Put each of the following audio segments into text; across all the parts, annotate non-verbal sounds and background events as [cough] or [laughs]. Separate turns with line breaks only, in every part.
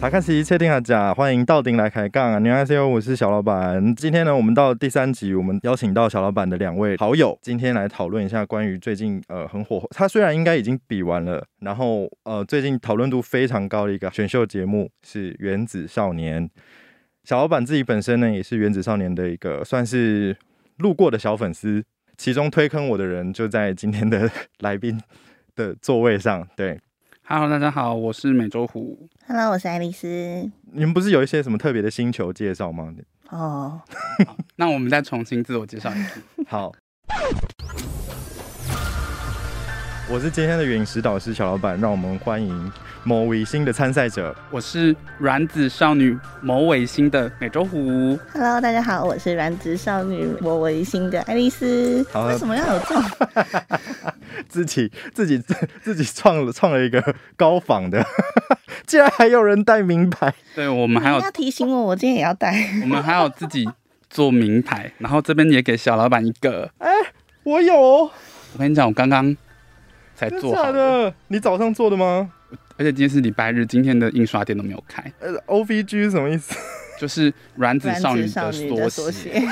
塔卡西确定好假，欢迎到顶来开杠啊！你好，C O，我是小老板。今天呢，我们到第三集，我们邀请到小老板的两位好友，今天来讨论一下关于最近呃很火，他虽然应该已经比完了，然后呃最近讨论度非常高的一个选秀节目是《原子少年》。小老板自己本身呢，也是《原子少年》的一个算是路过的小粉丝，其中推坑我的人就在今天的 [laughs] 来宾的座位上。对，
Hello，大家好，我是美洲虎。
Hello，我是爱丽丝。
你们不是有一些什么特别的星球介绍吗？
哦，
那我们再重新自我介绍一次。
好，我是今天的陨石导师小老板，让我们欢迎某维新的参赛者。 [laughs]
我是软子少女某尾星的美洲虎。
Hello，大家好，我是软质少女我维新的爱丽丝。
好
为什么要有这种？
自己自己自自己创了创了一个高仿的， [laughs] 竟然还有人戴名牌，
对我 [laughs] 们还有
[laughs] 你要提醒我，我今天也要带。
我们还有自己做名牌，然后这边也给小老板一个。
我有、哦，
我跟你讲，我刚刚才
真
做
假
好的，
的？你早上做的吗？
而且今天是礼拜日，今天的印刷店都没有开，
呃，O V G 是什么意思？ [laughs]
就是软子
软
少女
质少女的缩
缩
写
写。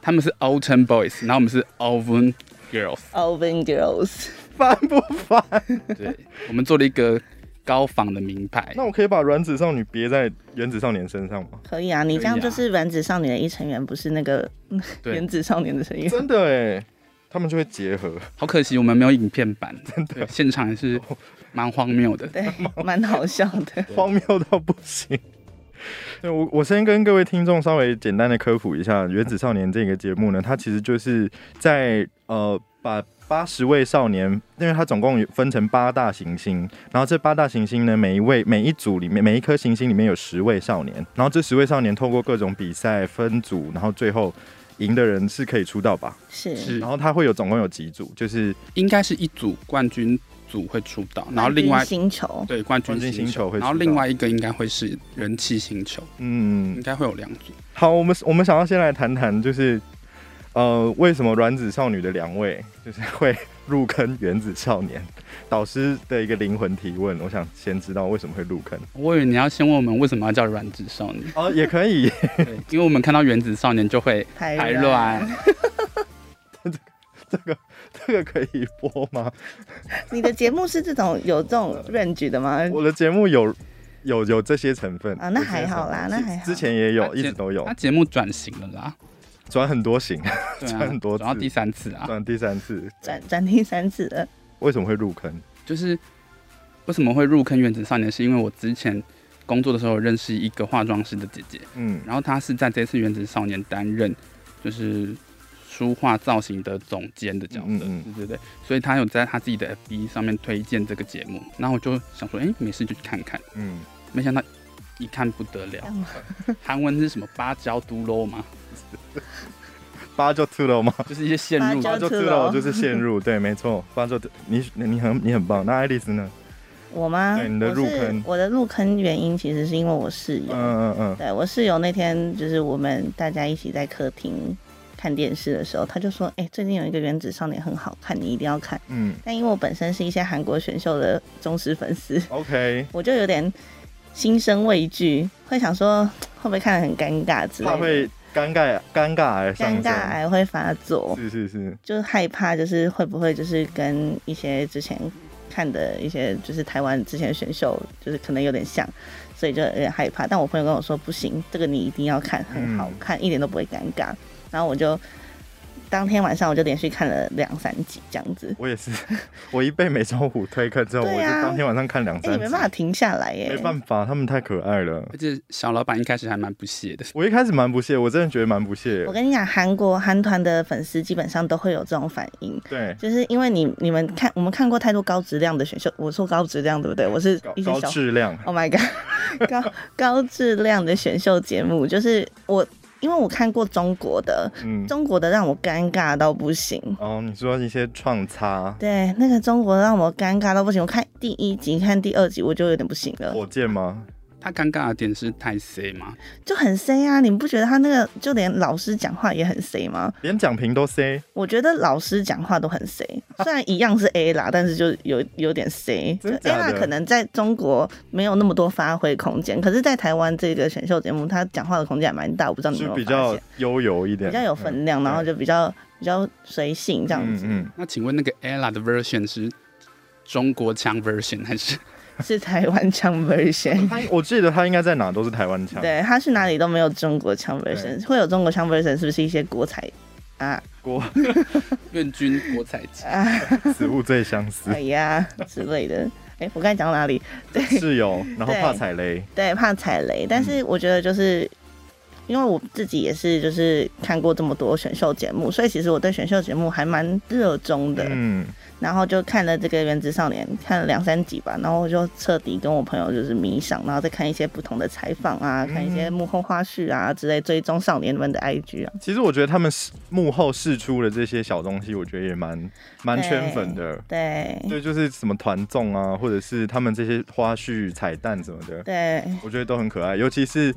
他们是 Ocean Boys，然后我们是 Oven Girls。
，Oven Girls。
烦不烦？
对，我们做了一个高仿的名牌。
那我可以把软子少女别在原子少年身上吗？
可以啊，你这样
可以啊
就是软质少女的一成员，不是那个嗯
对
[laughs] 原子少年的成员。
真的哎，他们就会结合。
好可惜，我们没有影片
[laughs]
版，真的现场也是
哦
蛮荒谬的。 [laughs]
对，蛮好笑的。
荒谬到不行。 [laughs] 对我，我先跟各位听众稍微简单的科普一下，《原子少年》这个节目呢，它其实就是在呃把八十位少年，因为它总共有分成八大行星，然后这八大行星呢，每一位每一组里面每一颗行星里面有十位少年，然后这十位少年透过各种比赛分组，然后最后赢的人是可以出道吧，
是，
是
然，后它会有总共有几组，就是
应该是一组冠军组会出道，然后另
冠
外
军星球
对冠军
冠军星球会出道
然后另外一个应该会是人气星球，
嗯
应，该会有两组。
好，我们我们想要先来谈谈，就是呃，为什么卵子少女的两位就是 [laughs] 会入坑原子少年导师的一个灵魂提问，我想先知道为什么会入坑。，
我以为你要先问我们为什么要叫软质少女
哦，也可以， [laughs]
对，因为我们看到原子少年就会
哎
排
排卵，
这个这个可以播吗？
你的节目是这种有这种 range 的吗？
我的节目有有有这些成分
啊那
有这些
还好啦
成分
那还好
之前也有，
那
一直
节
都有
他，节目转型了啦，
转很多型，
对啊，
[laughs] 转很多次
转到第三次啊，
转第三次，
[laughs] 转转第三次了，
为什么会入坑？
就是为什么会入坑原子少年，是因为我之前工作的时候有认识一个化妆师的姐姐，
嗯
然后他是在这次《原子少年》担任就是书画造型的总监的角色，
嗯嗯嗯
对对对，所以他有在他自己的 FB 上面推荐这个节目，然后我就想说，哎，没事就去看看，
嗯，
没想到一看不得了
干嘛，
韩文是什么芭蕉嘟喽
[laughs]
吗？
八就吐了吗？
就是一些线路
芭
八
蕉
就吐了，就是陷入，对，没错，八就你你很你很棒。那爱丽丝呢？
我吗？
对你的入
我是
坑
我的入坑原因其实是因为我室友，
嗯嗯嗯，
对我室友那天就是我们大家一起在客厅看电视的时候，他就说：“哎、最近有一个《原子少年》很好看，你一定要看。
嗯”
但因为我本身是一些韩国选秀的忠实粉丝，
，OK，
我就有点心生畏惧，会想说会不会看得很尴尬之
怕
类
会
的，
尴尬尴尬癌上
尴
身，
尬癌会发作，
是是是，
就害怕就是会不会就是跟一些之前看的一些就是台湾之前的选秀就是可能有点像，所以就有点害怕。但我朋友跟我说不行，这个你一定要看，很好
嗯
看，一点都不会尴尬。然后我就当天晚上我就连续看了两三集这样子，
我也是， [laughs] 我一被美洲虎推坑之后，我
对
就
啊
当天晚上看两
哎、
三
你
集，
没办法停下来耶、
没办法，他们太可爱了。
而且小老板一开始还蛮不屑的，
我一开始蛮不屑，我真的觉得蛮不屑
我，跟你讲，韩国韩团的粉丝基本上都会有这种反应。
对，
就是因为你你们看我们看过太多高质量的选秀，我说高质量对不对？我是
高
一些
高
小
质量，
Oh my god，高 [laughs] 高质量的选秀节目，就是我，因为我看过中国的，
嗯，
中国的让我尴尬到不行。
哦，你说一些创擦。
对，那个中国的让我尴尬到不行。我看第一集、看第二集，我就有点不行了。
火箭吗？
他他尴尬的点是太 C 嘛，
就很 C 啊！你们不觉得他那个就连老师讲话也很 C 吗？
连讲评都 C，
我觉得老师讲话都很 C，虽然一样是 A 啦，但是就有有点 C。就
真
A
假的
啦，可能在中国没有那么多发挥空间，可是，在台湾这个选秀节目，他讲话的空间还蛮嗯大。我不知道你
是
有没
比
有发
较
现，
悠游一点，
比较有分
嗯
量，然后就比较比较随性这样子，
嗯
那请问那个 Ella 的 version 是中国腔 version 还是？
[laughs]
[laughs]
是台湾腔 version
[laughs] 嗯。。他我记得他应该在哪都是台湾腔，
对，他去哪里都没有中国腔 version，会有中国腔 version 是不是一些国彩啊？
国
愿君国采集。
哎此物最相
[laughs]
思
哎呀之类的。哎、我刚才讲到哪里？
是有，然后
对
怕踩雷，
对，怕踩雷。但
嗯
是我觉得就是，因为我自己也是就是看过这么多选秀节目，所以其实我对选秀节目还蛮热衷的。
嗯，
然后就看了这个《原子少年》，看了两三集吧，然后我就彻底跟我朋友就是迷上，然后再看一些不同的采访啊，
嗯
看一些幕后花絮啊之类，追踪少年们的 IG 啊。
其实我觉得他们是幕后试出的这些小东西，我觉得也蛮蛮圈粉的。
对
对，就是什么团综啊，或者是他们这些花絮、彩蛋什么的，
对，
我觉得都很可爱。尤其是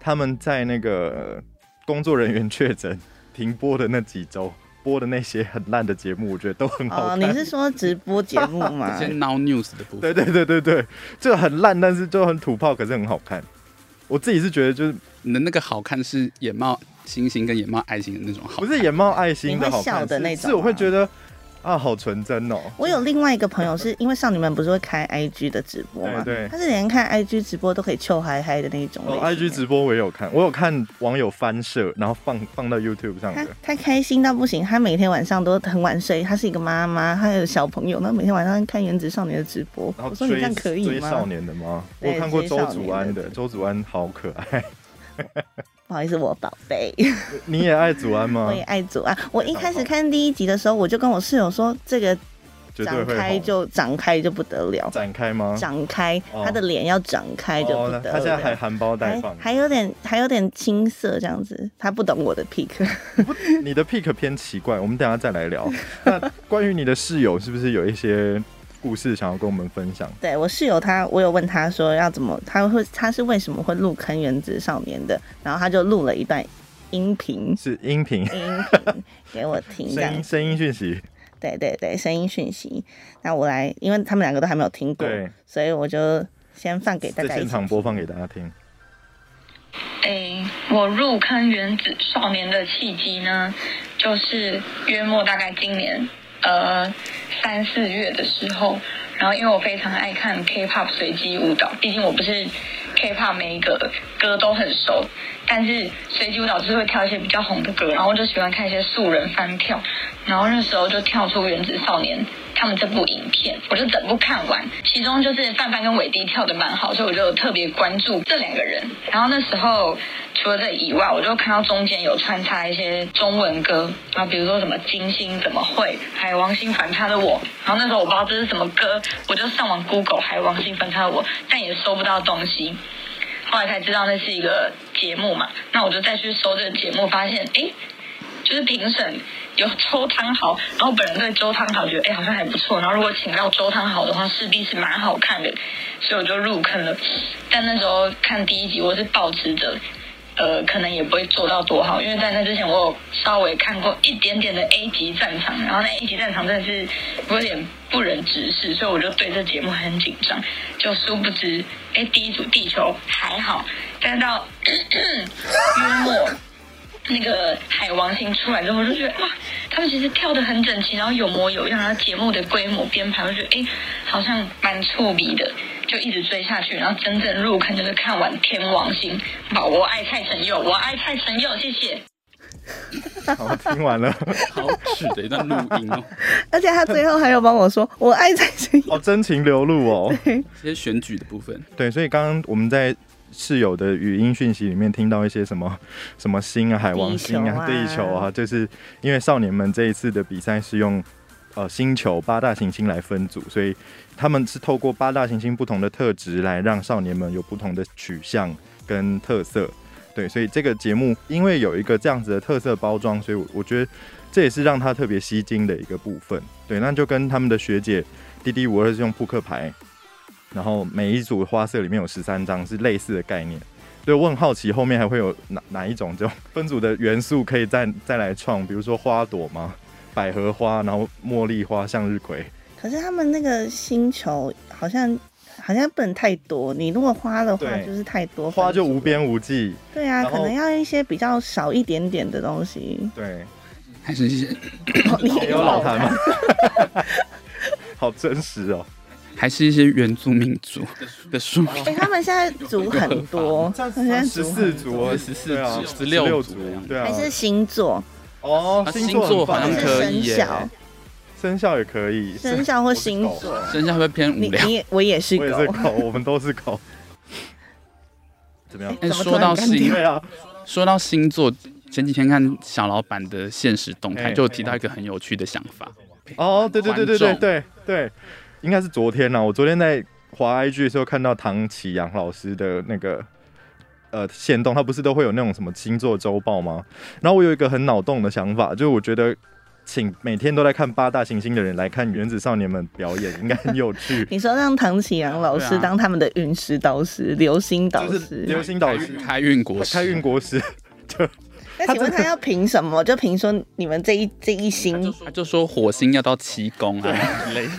他们在那个呃工作人员确诊停播的那几周播的那些很烂的节目，我觉得都很好
哦，
看。
你是说直播节目
[laughs]
吗？
先 now news 的部分，
对对对对对，就很烂，但是就很土炮，可是很好看。我自己是觉得就是
你的那个好看是眼冒星星跟眼冒爱心的那种好
不
看，
[laughs]
是眼冒爱心的好
你会笑
看，
的那
是
种
是我会
吗
觉得啊，好纯真哦。
我有另外一个朋友，是因为少女们不是会开 IG 的直播嘛？
对对
他是连看 IG 直播都可以糗嗨嗨的那一种类
哦
型。
，IG 直播我也有看，我有看网友翻摄，然后放放到 YouTube 上
他
的。
他开心到不行，他每天晚上都很晚睡。他是一个妈妈，他有小朋友，然后每天晚上看《原子少年》的直播。
然后
我说你这
追
样可以
追少
吗？
年的吗？我
对
有看过
追
周
少
祖
年
安
的
的，周祖安好可爱。 [laughs]
不好意思，我宝贝，
你也爱祖安吗
我也？爱组啊。我一开始看第一集的时候，我就跟我室友说，这个
绝对
长
会
开
红
就长开就不得了，
展开吗？
长开，
哦
他的脸要长开就不
哦
得，了。
他现在还含苞待
还
放。
还有点还有点青涩这样子，他不懂我的 pick。
你的 pick 偏奇怪，我们等一下再来聊。那关于你的室友，是不是有一些故事想要跟我们分享？。
[laughs] 对我室友他，我有问他说要怎么，他会他是为什么会入坑原子少年的，然后他就录了一段音频
是音频、
音频给我听，这
声
样
音、声音讯息？
对对对，声音讯息。那我来，因为他们两个都还没有听过，
对，
所以我就先放给大
在
家一
现
起
场
听。
播放给大家听。
诶，我入坑原子少年的契机呢，就是约莫大概今年呃三四月的时候，然后因为我非常爱看 K-pop 随机舞蹈，毕竟我不是 K-pop 每一个歌都很熟，但是随机舞蹈就是会挑一些比较红的歌，然后我就喜欢看一些素人翻跳，然后那时候就跳出《原子少年》他们这部影片，我就整部看完。其中就是范范跟伟迪跳的蛮好，所以我就特别关注这两个人。然后那时候除了这以外，我就看到中间有穿插一些中文歌，然后比如说什么《金星怎么会》，还有王心凡他的我。然后那时候我不知道这是什么歌，我就上网 Google 还有王心凡他的我，但也搜不到东西。后来才知道那是一个节目嘛，那我就再去搜这个节目，发现诶。就是评审有周汤豪，然后本人对周汤豪觉得哎、好像还不错，然后如果请到周汤豪的话，势必是蛮好看的，所以我就入坑了。但那时候看第一集，我是抱持着。呃，可能也不会做到多好，因为在那之前我有稍微看过一点点的 A 级战场，然后那 A 级战场真的是有点不忍直视，所以我就对这节目很紧张。就殊不知，哎，第一组地球还好，但到 [coughs] 约莫那个海王星出来之后，我就觉得哇，他们其实跳的很整齐，然后有模有样，然后节目的规模编排，我就觉得哎，好像蛮触鼻的，就一直追下去。然后真正入坑就是看完天王星，好，我爱蔡成佑，我爱蔡成佑，谢谢。
好，听完了。 [laughs]
好耻的一段录音 [laughs] 哦。
而且他最后还有帮我说，我爱蔡声音。 [laughs]
哦，真情流露哦。
这些选举的部分，
对，所以刚刚我们在室友的语音讯息里面听到一些什么什么星啊、海王星啊、
地球啊
地球啊，就是因为少年们这一次的比赛是用呃星球八大行星来分组，所以他们是透过八大行星不同的特质来让少年们有不同的取向跟特色。对，所以这个节目因为有一个这样子的特色包装，所以我我觉得这也是让它特别吸睛的一个部分。对，那就跟他们的学姐滴滴五二是用扑克牌然后每一组花色里面有十三张，是类似的概念。对，我很好奇后面还会有哪哪一种这种分组的元素可以再再来创，比如说花朵吗？百合花，然后茉莉花、向日葵，
可是他们那个星球好像好像不能太多，你如果花的话
对
就是太多，
花就无。边无际。
对啊，
然后
可能要一些比较少一点点的东西。
对，
还是一些
你
也有 [laughs] 老坛吗？ [laughs] 好真实哦，
还是一些原住民族的树，
哎、他们现在组很多，他们现在
十
组很
四组哦，
十四
对啊
组16
组
组的样，子
对啊
还，是星座，
哦
啊，
星
星座
很棒
好像
还是
可以
生
耶
肖，
生肖也可以，
生肖或星座。
[laughs]
剩下会不会偏
你
无聊？
你也我也是
我也
狗
是，狗，我们都
[laughs]
是狗。怎么样？
怎么突
哎说
然
到
干掉。
星，
对啊，
说到星座，前几天看小老板的现实动态，
哎
就有提到一个很有趣的想法。
哦，对对对对对
观众
对对，应该是昨天呢、我昨天在滑 IG 的时候看到唐启阳老师的那个呃线动，他不是都会有那种什么星座周报吗？然后我有一个很脑洞的想法，就是我觉得。请每天都在看八大行星的人来看原子少年们表演，应该很有趣 [laughs]
你说让唐启阳老师
对啊
当他们的陨石导师、流星导
就是
师，
流星导师、
开运国师，
哎开运国师，
那请问他要凭什么？就凭说你们这一这一星
他就说火星要到七宫啊之类的。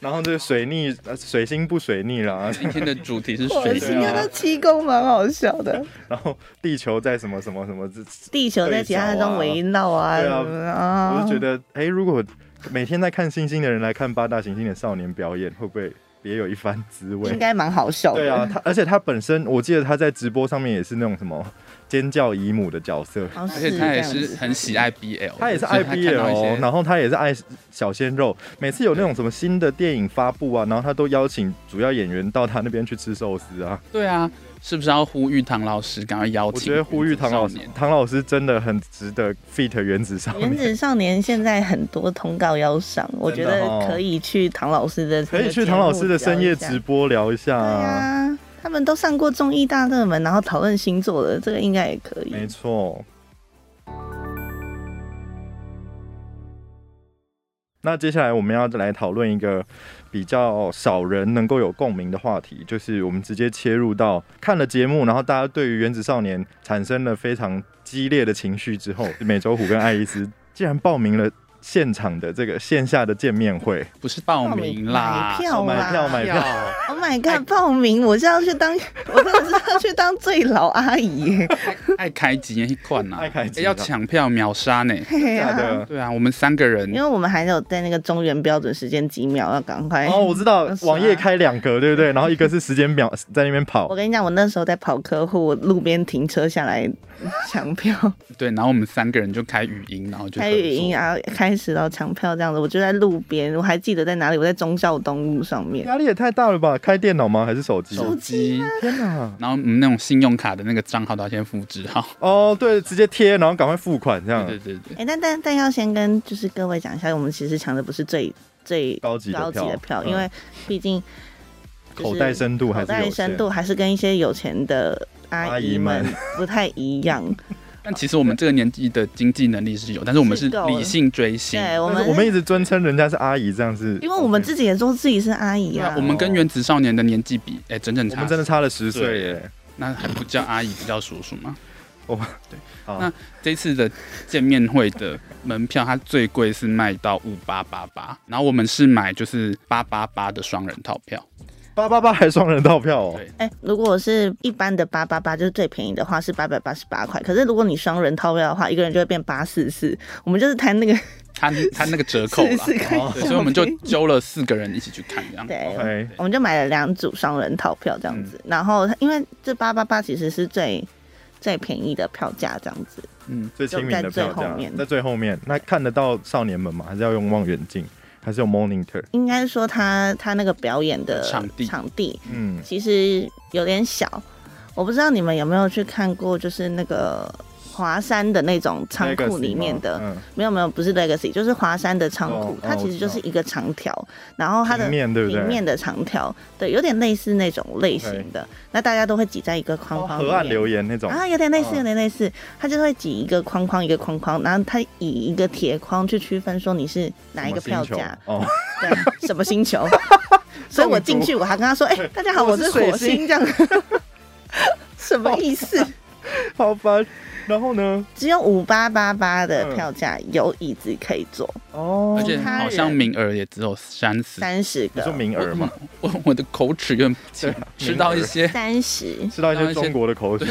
然后就是水逆、呃水星不水逆啦， [laughs]
今天的主题是
火
水
星
星
对
要
啊
到七宫，蛮好笑的。
然后地球在什么什么什么，这
地球在其他中围绕啊，
对
什
啊
么的啊，
我就觉得，哎、如果每天在看星星的人来看八大行星的少年表演，会不会别有一番滋
应
味？
该蛮好笑的。
对啊，他而且他本身，我记得他在直播上面也是那种什么尖叫姨母的角色，
好像
而
是
且他也
这样
是
子
很喜爱 BL，
他也是
所
爱
以看到一
BL，
些
然后他也是爱小鲜肉。每次有那种什么新的电影发布啊，然后他都邀请主要演员到他那边去吃寿司啊。
对啊，是不是要呼吁唐老师赶快邀
我
请？
觉得呼吁唐老师
少年，
唐老师真的很值得 fit 原子少
原
年。 [laughs]
子少年现在很多通告要上，我觉
真的哦
得可以去唐老师的，
可以去唐老师的深夜直。播聊一下
对
啊，
啊，他们都上过综艺大热门，然后讨论星座的，这个应该也可以
没。错。那接下来我们要来讨论一个比较少人能够有共鸣的话题，就是我们直接切入到看了节目，然后大家对于《原子少年》产生了非常激烈的情绪之后，美洲虎跟爱丽丝竟然报名了现场的这个线下的见面会，
不是报
报
名
名
啦
买，票
哦买哎票
啦
买票，
！Oh my god，报名！我是要去当，我真的是要去当最老阿
[laughs]
姨。
爱开几年一款啊，
爱开集
哎要抢票秒杀
[laughs]
呢。
对
假
啊，
的。
对啊，我们三个人
[laughs] 因为我们还有在那个中原标准时间几秒，要赶快。
哦，我知道
那，是啊
网页开两格，对不对？然后一个是啊时间表，在那边跑
我，跟你讲，我那时候在跑客户，我路边停车下来抢票，
对，然后我们三个人就开语音，然后就
开语音，
啊，
然后开始然后抢票这样子，我就在路边，我还记得在哪里，我在忠孝东路上
[laughs]
面。
压力也太大了吧？开电脑吗？还是手机？啊
手机，
天哪！
然后我们那种信用卡的那个账号都要先复制好。
哦，对，直接贴，然后赶快付款，这样
对对对，
哎、但但但要先跟就是各位讲一下，我们其实抢的不是最最
高级的
高级
票
的票，
嗯
因为毕竟、就是
口袋深度还
口
是有
袋
限
深。度还是跟一些有钱的
阿
阿
姨
姨们
们
不太一样。
但其实我们这个年纪的经济能力是有，但是我们是
是够了
理性追星。
对我
但
们，
是我们一直尊称人家是阿姨，这样是，
因为我们自己也说自己是阿姨
对
啊
啊，我，们跟原子少年的年纪比，哎，整整
哦我
差，
们真的差了十岁耶。
那还不叫阿姨，不叫叔叔吗？
哦，
对，
好
那这次的见面会的门票，它最贵是卖到五八八八，然后我们是买就是八八八的双人套票，
八八八还双人套票哦
对，
哎、如果是一般的八八八，就是最便宜的话是八百八十八块。可是如果你双人套票的话，一个人就会变八四四。我们就是贪那个
它它那个折扣
四
啦，哦
四块，
对，所以我们就揪了四个人一起去看这样。
对
OK
我们就买了两组双人套票这样子。然后因为这八八八其实是最最便宜的票价这样子，
嗯，
最亲民的票
就在最后
价
面
在最后面，那看得到少年们吗？还是要用望远镜？还是有 monitor？
应该说他他那个表演的
场地
场地
嗯，
其实有点小，我不知道你们有没有去看过，就是那个华山的那种仓库里面的。
Legacy 吗嗯
没有没有，不是 legacy，就是华山的仓库，
哦
它其实就是一个长条，然后它的
平面对不对
平面的长条，对，有点类似那种类型的。那大家都会挤在一
嗯
个框
哦
框
河
里面，
岸留言那种，
啊，有点类似，
嗯
有点类似，它就会挤一个框框一个框框，然后它以一个铁框去区分说你是哪一个票
什么星
价
球，哦， [laughs]
对，什么星球，所以我进去我还跟他说：“哎、大家好，
我
我
是
是火
水哦
星。”这
[laughs]
样，什么意思？
好烦。然后呢？
只有五八八八的票价有椅子可以坐，
哦，
而且
嗯
好像名额也只有三十。
三十
你
个
说，名
我
额嘛，
我我的口齿有点不清
对啊
吃到一些
三十，
吃到一
然
些
后一些
中国的口水。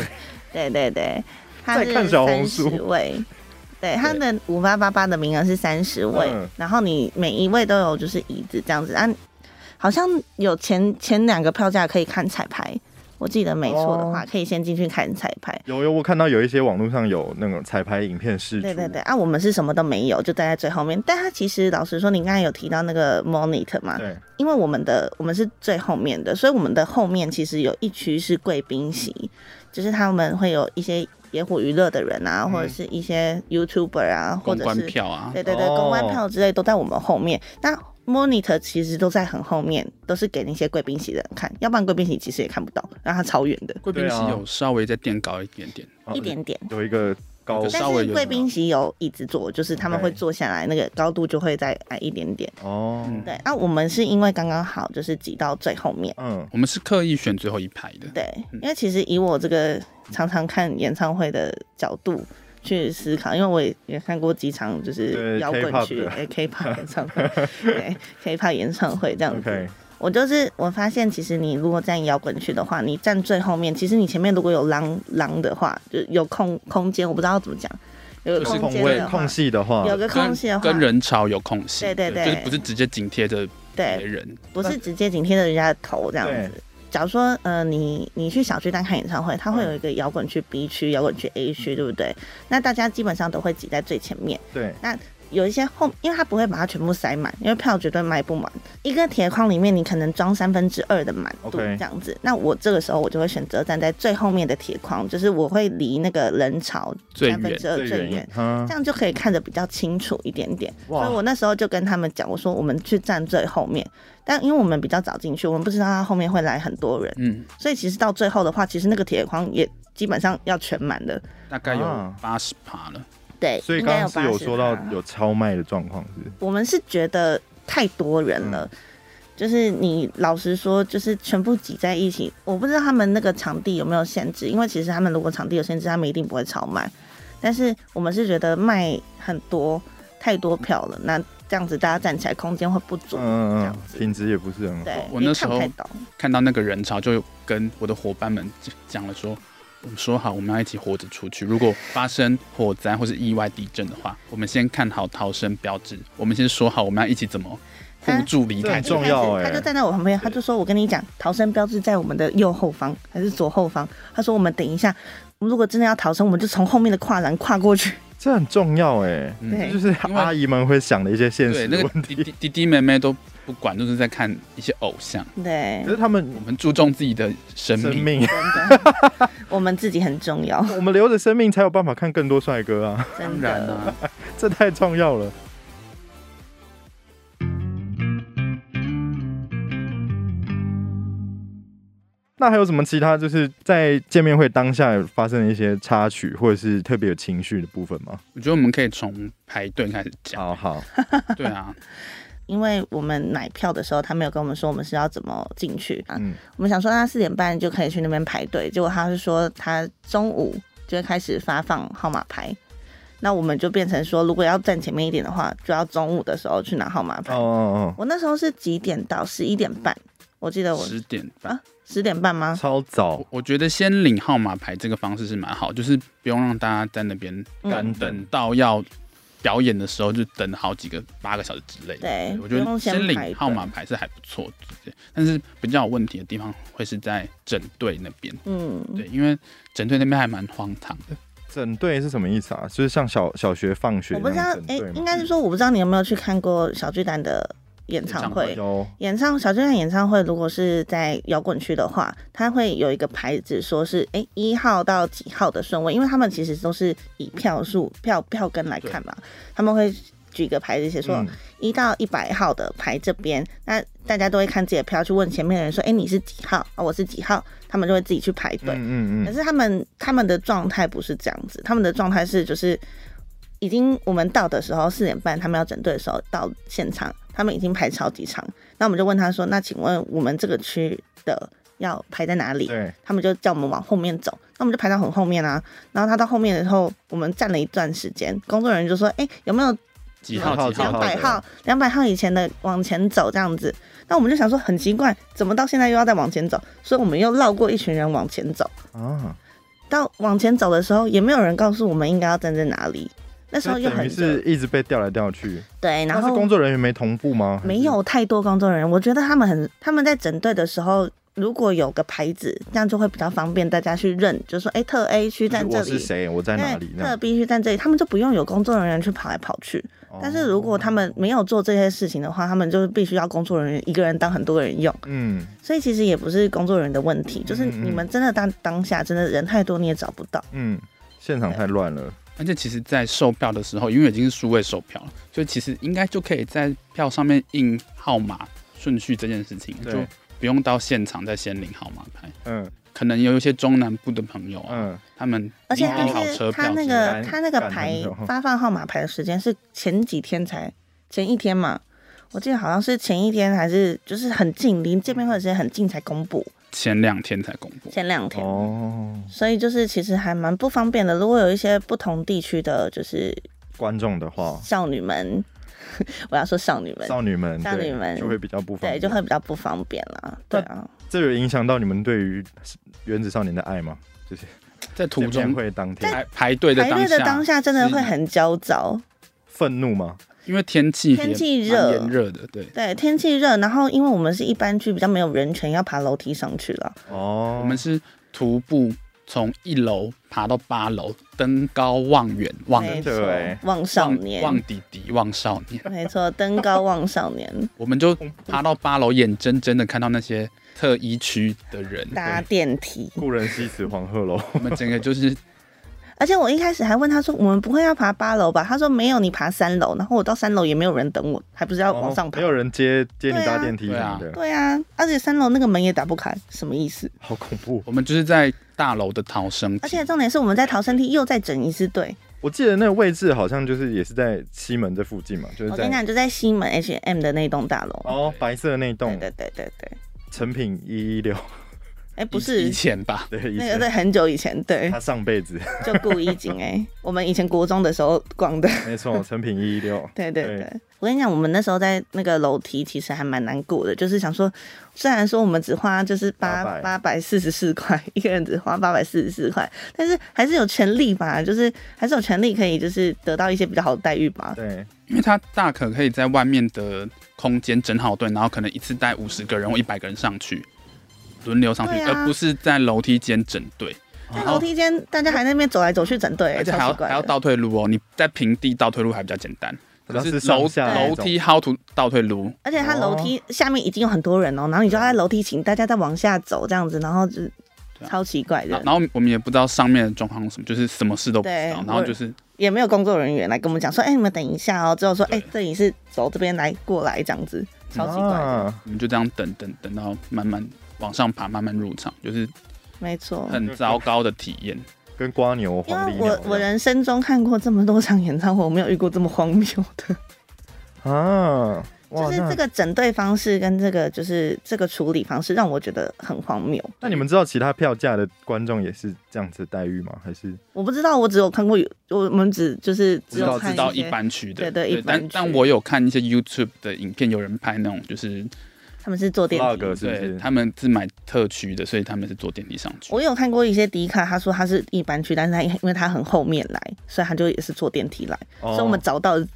对对对，它
在
是
看小红书
30位。对，它的五八八八的名额是三十位，
嗯
然后你每一位都有就是椅子这样子啊，好像有前前两个票价可以看彩排，我记得没错的话，
哦
可以先进去看彩排。
有有，我看到有一些网络上有那种彩排影片试出。
对对对，啊，我们是什么都没有，就待在最后面。但它其实老实说，你刚才有提到那个 monitor 嘛，
对
因为我们的我们是最后面的，所以我们的后面其实有一区是贵宾席，就是他们会有一些野火娱乐的人啊，或者是一些 YouTuber 啊， [laughs] 或
公
者
关
是
票啊，
对对对，
哦
公关票之类都在我们后面。那 monitor 其实都在很后面，都是给那些贵宾席的人看，要不然贵宾席其实也看不到，然后它超远的，
贵宾席
对啊
有稍微再垫高一点点，
哦
一点点。
有一个高
有稍
但
微
是
有
贵宾席有椅子坐，就是他们会
OK
坐下来，那个高度就会再矮一点点。
哦，
嗯
对，啊，我们是因为刚刚好就是挤到最后面。
嗯，
我们是刻意选最后一排的。
对，因为其实以我这个常常看演唱会的角度去思考，因为我也也看过几场
对
就是摇滚
K-pop
区
的
诶 K-pop 演唱会，对 K-pop 演唱会这样子。
OK，
我就是我发现，其实你如果站摇滚区的话，你站最后面，其实你前面如果有廊廊的话，就有空空间，我不知道怎么讲，有
就是
空
空
间
位
的话
空，隙的话，
有个空
跟
隙的话
跟，人潮有空隙，
对对对
就是不是直接紧贴着别
对，
人，
不是直接紧贴着人家的头这样子。假如说，呃，你你去小巨蛋看演唱会，它会有一个摇滚区 B 区、摇滚区 A 区，对不对？那大家基本上都会挤在最前面。
对，
有一些后，因为它不会把它全部塞满，因为票绝对卖不满。一个铁框里面，你可能装三分之二的满度
OK
这样子。那我这个时候我就会选择站在最后面的铁框，就是我会离那个人潮
最
三分
远
之二最远
远，，哈
这，样就可以看得比较清楚一点点。所
哇
以我那时候就跟他们讲，我说我们去站最后面，但因为我们比较早进去，我们不知道它后面会来很多人，
嗯，
所以其实到最后的话，其实那个铁框也基本上要全满了。
大概有
啊
八十趴了。
对，
所以
应
刚
该
刚是有
80
说到
吧
有超卖的状况，是不是
我们是觉得太多人了。就是你老实说，就是全部挤在一起，我不知道他们那个场地有没有限制，因为其实他们如果场地有限制，他们一定不会超卖。但是我们是觉得卖很多太多票了，那这样子大家站起来空间会不足，
嗯
这
嗯
样
嗯，
子。
品质也不是很好。
对，
我那
也
时
看
候
不太懂。
看到那个人潮，就跟我的伙伴们讲了说，我们说好我们要一起活着出去。如果发生火灾或是意外地震的话，我们先看好逃生标志，我们先说好我们要一起怎么互助离
这
开
很。重要欸
一啊开始他就站在我旁边，他就说：“我跟你讲，逃生标志在我们的右后方还是左后方？”他说：“我们等一下，我们如果真的要逃生，我们就从后面的跨栏跨过去。
这很重要哎，
嗯
这
对
就是
因为
阿姨们会想的一些现
对，
实
那
的
个
问
弟弟
题。 [laughs]
弟弟妹妹都不管，都是在看一些偶像。”
对
可，是他们
我们注重自己的生
生
命，
命， [laughs]
真的，我们自己很重要，
我们留着生命才有办法看更多帅哥啊，
[laughs] 真
当然
的。
啊，
这太重要了。那还有什么其他就是在见面会当下发生的一些插曲，或者是特别有情绪的部分吗？
我觉得我们可以从排队开始讲。
好好，
对啊，
因为我们买票的时候，他没有跟我们说我们是要怎么进去啊。 [laughs]
嗯，
我们想说他四点半就可以去那边排队，结果他是说他中午就会开始发放号码牌。那我们就变成说，如果要站前面一点的话，就要中午的时候去拿号码牌。
哦哦
我那时候是几点到？十一点半，我记得我
十点半
啊。十点半吗
哦，？超早
我，我觉得先领号码牌这个方式是蛮好，就是不用让大家在那边
嗯
等等到要表演的时候就等好几个八个小时之类的。
对
我觉得
不用先
先
排队
领号码牌是还不错，对但是比较有问题的地方会是在整队那边。
嗯，
对，因为整队那边还蛮荒唐的，
整队是什么意思啊？就是像小小学放学
我
那
不知道
样整，
哎、
队
应
吗？
该是说我不知道你有没有去看过小巨蛋的演唱会
演。
有
演唱小巨蛋演唱会，如果是在摇滚区的话，它会有一个牌子，说是哎一、号到几号的顺位，因为他们其实都是以票数票票根来看嘛，他们会举一个牌子写说
嗯
一、到一百号的排这边，那大家都会看自己的票去问前面的人说，哎、你是几号啊？我是几号？他们就会自己去排队。
嗯嗯
可
嗯，
是他们他们的状态不是这样子，他们的状态是就是已经我们到的时候四点半，他们要整队的时候到现场，他们已经排超级长。那我们就问他说：“那请问我们这个区的要排在哪里？”
对，
他们就叫我们往后面走，那我们就排到很后面啊。然后他到后面的时候，我们站了一段时间，工作人员就说：“哎、有没有
几号几
几
号
两
号
百号、两百号以前的往前走这样子。那我们就想说很奇怪，怎么到现在又要再往前走？所以我们又绕过一群人往前走。
啊，
到往前走的时候，也没有人告诉我们应该要站在哪里。那时候
就
又
等
很
于是
热，
一直被调来调去。
对，然
但是
后
工作人员没同步吗？
没有太多工作人员。我觉得他们很，他们在整队的时候。如果有个牌子，这样就会比较方便大家去认，就说哎、特 A 区
还是，
站这
我是
里，
谁？我在哪里？
对
那
特
样
B 区站这里，他们就不用有工作人员去跑来跑去。
哦
但是如果他们没有做这些事情的话，他们就是必须要工作人员一个人当很多人用，
嗯，
所以其实也不是工作人员的问题，就是
嗯嗯
你们真的当当下真的人太多，你也找不到。
嗯，现场太乱了，
而且其实，在售票的时候，因为已经是数位售票了，所以其实应该就可以在票上面印号码顺序这件事情，
对
就不用到现场再先领号码牌。
嗯
可能有一些中南部的朋
哦
友啊，
嗯，
他们
而且
已经订好
他
车
是他
票之
那
类的，
直
个
接
他那个
赶
牌
很久
发放号码牌的时间是前几天才前一天嘛，我记得好像是前一天还是就是很近离见面会的时间很近才公布，
前两天才公布。
前两天。
哦，
所以就是其实还蛮不方便的。如果有一些不同地区的，就是
观众的话，
少女们， [laughs] 我要说少女们，
少女们，
少
对
女们
就会比较不方
对，
便，
就会比较不方便啦。对啊，
这有影响到你们对于原子少年的爱吗？就是
在途
见
中
面会当天
排排队的
排队的当
当下，
下真的会很焦躁。
愤怒吗？
因为天气
天
也
气
蛮
热
炎热的，对。
对，天气热，然后因为我们是一般区，比较没有人权，要爬楼梯上去了。
哦，
我们是徒步从一楼爬到八楼，登高望远，望
没
望
错
真的欸，
望少年，
望弟弟，望少年。
没错，登高望少年，
我们就爬到八楼，眼睁睁的看到那些特一区的
[laughs]
人，
搭电梯。
故人西辞黄鹤楼，
我们整个就是
而且我一开始还问他说：“我们不会要爬八楼吧？”他说：“没有，你爬三楼。”然后我到三楼也没有人等我，还不是要往上
哦
爬？
没有人接接你
对啊
搭电梯什么的，
对啊，而且三楼那个门也打不开，什么意思？
好恐怖。哦
我们就是在大楼的逃生
而
梯
且重点是我们在逃生梯又再整一次队，
我记得那个位置好像就是也是在西门这附近嘛，就是
我跟你
在
讲，就在西门 H M 的那栋大楼。
哦白色的那一
对
栋
对对对对，
成品一一六，
哎，不
以
是
前吧，
对，以
那个
前
在很久以前，对，
他上辈子
就顾衣景哎，我们以前国中的时候逛的。
[laughs] 没错，成品一一六，
对对
对
对，我跟你讲，我们那时候在那个楼梯其实还蛮难过的，就是想说，虽然说我们只花就是八
800
八百四十四块，一个人只花八百四十四块，但是还是有权利吧，就是还是有权利可以就是得到一些比较好的待遇吧。
对，
因为他大可可以在外面的空间整好队，然后可能一次带五十个人或一百个人上去，轮流上去，
对啊
而不是在楼梯间整队，
在
然
楼
后
梯间，大家还在那边走来走去整队、
而且还
超
要
奇怪
还
的
要倒退路哦，你在平地倒退路还比较简单，
主要
可
是
是楼
上下那
楼
种
梯凹凸倒退路，
而且它
哦
楼梯下面已经有很多人哦，然后你就要在楼梯请大家再往下走这样子，然后就
对啊
超奇怪
然
的，
后我们也不知道上面的状况是什么，就是什么事都不知
对
道，然
我
后就是
也没有工作人员来跟我们讲说，哎、你们等一下哦，只有说，哎、
对
这里是走这边来过来这样子，超奇怪的，
啊
我们就这样等等等到慢慢往上爬，慢慢入场，就是
没错。
很糟糕的体验。
跟瓜牛
因
黄鹂
为
鸟
我
一
我
样
人生中看过这么多场演唱会，我没有遇过这 [laughs] 么荒谬的，
啊，哇，
就是
那
这个整队方式跟这个就是这个处理方式让我觉得很荒谬。
那你们知道其他票价的观众也是这样子的待遇吗？还是
我不知道，我只有看过有我们只就是只
知
有
道
看
知道
一
一
些
般区的，
对对一般
但
区
但我有看一些 YouTube 的影片，有人拍那种就是
他们是坐电梯
vlog 是不
对
是？
他们是买特区的，所以他们是坐电梯上去。
我有看过一些迪卡，他说他是一般区，但是他因为他很后面来，所以他就也是坐电梯来，
哦
所以我们找到嗯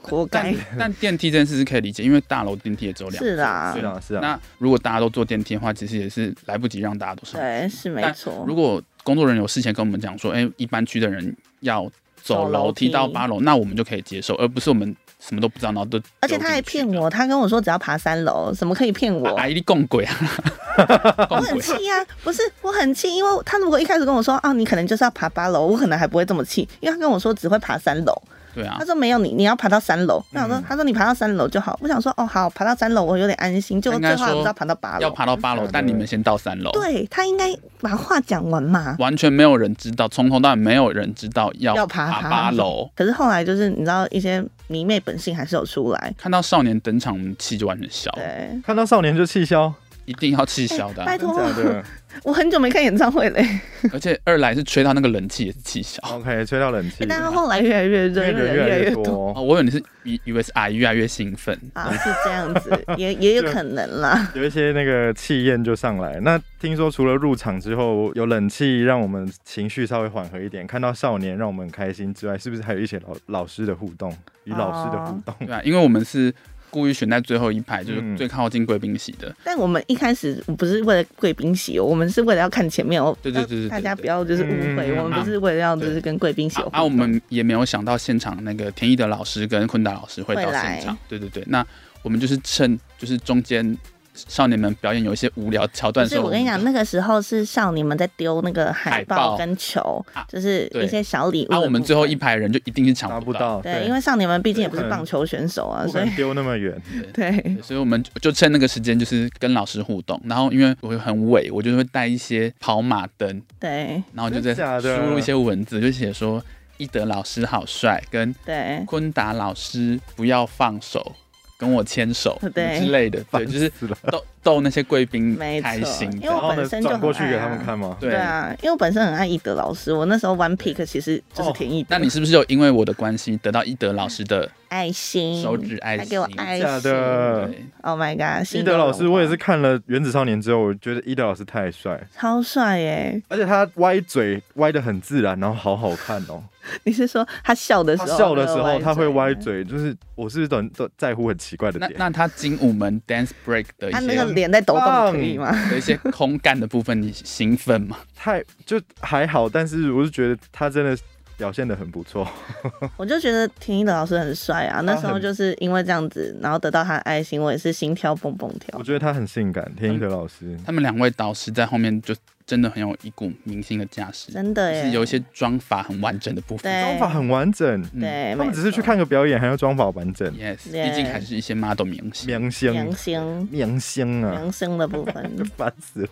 活该
但。但电梯这件事是可以理解，因为大楼电梯也只有两
是啦
是，啊是啊，
那如果大家都坐电梯的话，其实也是来不及让大家都上。
对，是没
但
错
如。果工作人员有事先跟我们讲说，哎、一般区的人要走
走楼
楼梯到
梯
八楼，那我们就可以接受，而不是我们什么都不知道，然后都
而且他还骗我，他跟我说只要爬三楼，怎么可以骗我？
阿姨你共轨啊， [laughs]
我
共
很
轨。
气呀、不是我很气，因为他如果一开始跟我说啊，你可能就是要爬八楼，我可能还不会这么气，因为他跟我说只会爬三楼，
对啊嗯
他，说没有你，你要爬到三楼。那我说，他说你爬到三楼就好。我想说，哦，好，爬到三楼我有点安心。结果
应该
最后还
说
不知道爬到八楼。
要爬到八楼，但你们先到三楼。，
对他应该把话讲完嘛。
完全没有人知道，从头到尾没有人知道要
要爬
爬
爬
八楼。
可是后来就是你知道一些迷妹本性还是有出来，
看到少年登场，我们气就完全消，
对，
看到少年就气消，
一定要气消的啊、
拜
真
托，
假的
我很久没看演唱会嘞、
而且二来是吹到那个冷气也是气消。
哦
？OK，吹到
[laughs]
冷气，
但他后来越来越热，
因为
人
人越
越来
来
越
越
多
哦，
多，
我以为你是 U U S I 越来越兴奋，
啊，是这样子，也也有可能啦。
有一些那个气焰就上来。那听说除了入场之后有冷气，让我们情绪稍微缓和一点，看到少年让我们很开心之外，是不是还有一些老老师的互动，与老师
哦
的互动？
嗯 [laughs]
对啊，因为我们是故意选在最后一排，就是
嗯
最靠近贵宾席的，
但我们一开始不是为了贵宾席哦，我们是为了要看前面哦。
对对对对
大家
对
不要就是误会，
嗯嗯嗯
我们不是为了要就是跟贵宾席有互
啊
动。
啊，我们也没有想到现场那个田一德老师跟坤达老师会到
会来
现场，对对对，那我们就是趁就是中间少年们表演有一些无聊桥段的
就是
时候，
我跟你讲，
们
那个时候是少年们在丢那个海
海
报
报
跟球
啊，
就是一些小礼物
就
的
啊，
部分。
我们最后一排人就一定是抢
拿
不
不
到，
到，
对，因为少年们毕竟也不是棒球选手啊，
不
所
可
以 [laughs]
能丢那么远，
对
对所以我们就就趁那个时间就是跟老师互动，然后因为我很伪，我就会带一些跑马灯，
对
然后就在
真假的
输入一些文字，就写说一德老师好帅，跟
对
坤达老师不要放手，跟我牵手
[laughs] 对
之类的，
[laughs]
对，就是逗逗那些贵宾
没错
开心这
因为
然
样。
我
后
本
呢
身就
转过去
很爱
给
啊
他们看吗？
对
啊，因为我本身很爱易德老师，我那时候 One Pick 其实
哦
就是田易德，
那你是不是有因为我的关系得到一德老师
[laughs]
的
爱心
手指爱心
他给我爱
假
心
的
对
Oh my god！
伊
心
德
动
老
了
师，我也是看了《原子少年》之后，我觉得伊德老师太帅，
超帅耶！
而且他歪嘴歪的很自然，然后好好看哦。
你是说他笑的时
他
候，
笑的时候
嘴
他会歪，嘴，就是我是不是很都在乎很奇怪的
那
点？
那他精武门 dance break 的一
他那个
些
脸在抖动可以吗？
的一些空干的部分，你兴奋吗？
太就还好，但是我是觉得他真的表现的很不错。
[laughs] 我就觉得田一德老师很帅啊！那时候就是因为这样子，然后得到他的爱心，我也是心跳蹦蹦跳
我。觉得他很性感，田一德老师。
他们两位导师在后面就真的很有一股明星的架势，
真的
就
耶
是有一些妆法很完整的部分。
对
妆法很完整，
嗯
对，
他
没
们只是去
错
看个表演，还要妆法完整，
Yes，
Yeah
毕竟还是一些 model 明星。
明
明
星
星
明星啊，。
明星的部分
[laughs] 烦死了。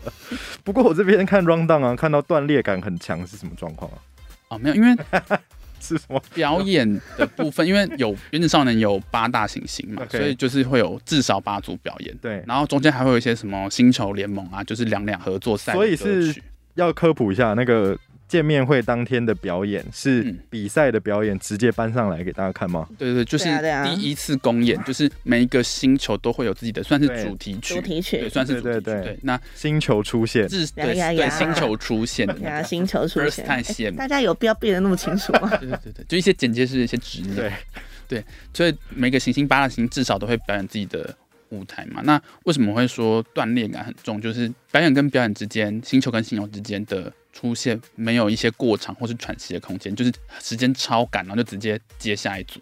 不过我这边看 round down 啊，看到断裂感很强是什么状况啊？
哦，没有，因为
是什么？
表演的部分，因为有《原子少年》有八大行星嘛
OK
所以就是会有至少八组表演。
对
然后中间还会有一些什么星球联盟啊，就是两两合作赛的歌
所
曲。
以是要科普一下，那个见面会当天的表演是
嗯
比赛的表演，直接搬上来给大家看吗？
对对，对就是
对啊对啊
第一次公演，就是每一个星球都会有自己的，算是
对
主题曲，
主题曲
对，算是主题曲。
对对对
那
星球出现，
至对
呀呀
对
呀
星球出现的那个、
对啊，星球出
first
现，
time 线
大家有必要变得那么清楚
[laughs]
吗？
对对对对，就一些简介是一些指令。
对
对，所以每个行星八大行星至少都会表演自己的舞台嘛。那为什么会说断裂感很重？就是表演跟表演之间，星球跟星球之间的出现没有一些过场或是喘息的空间，就是时间超赶，然后就直接接下一组，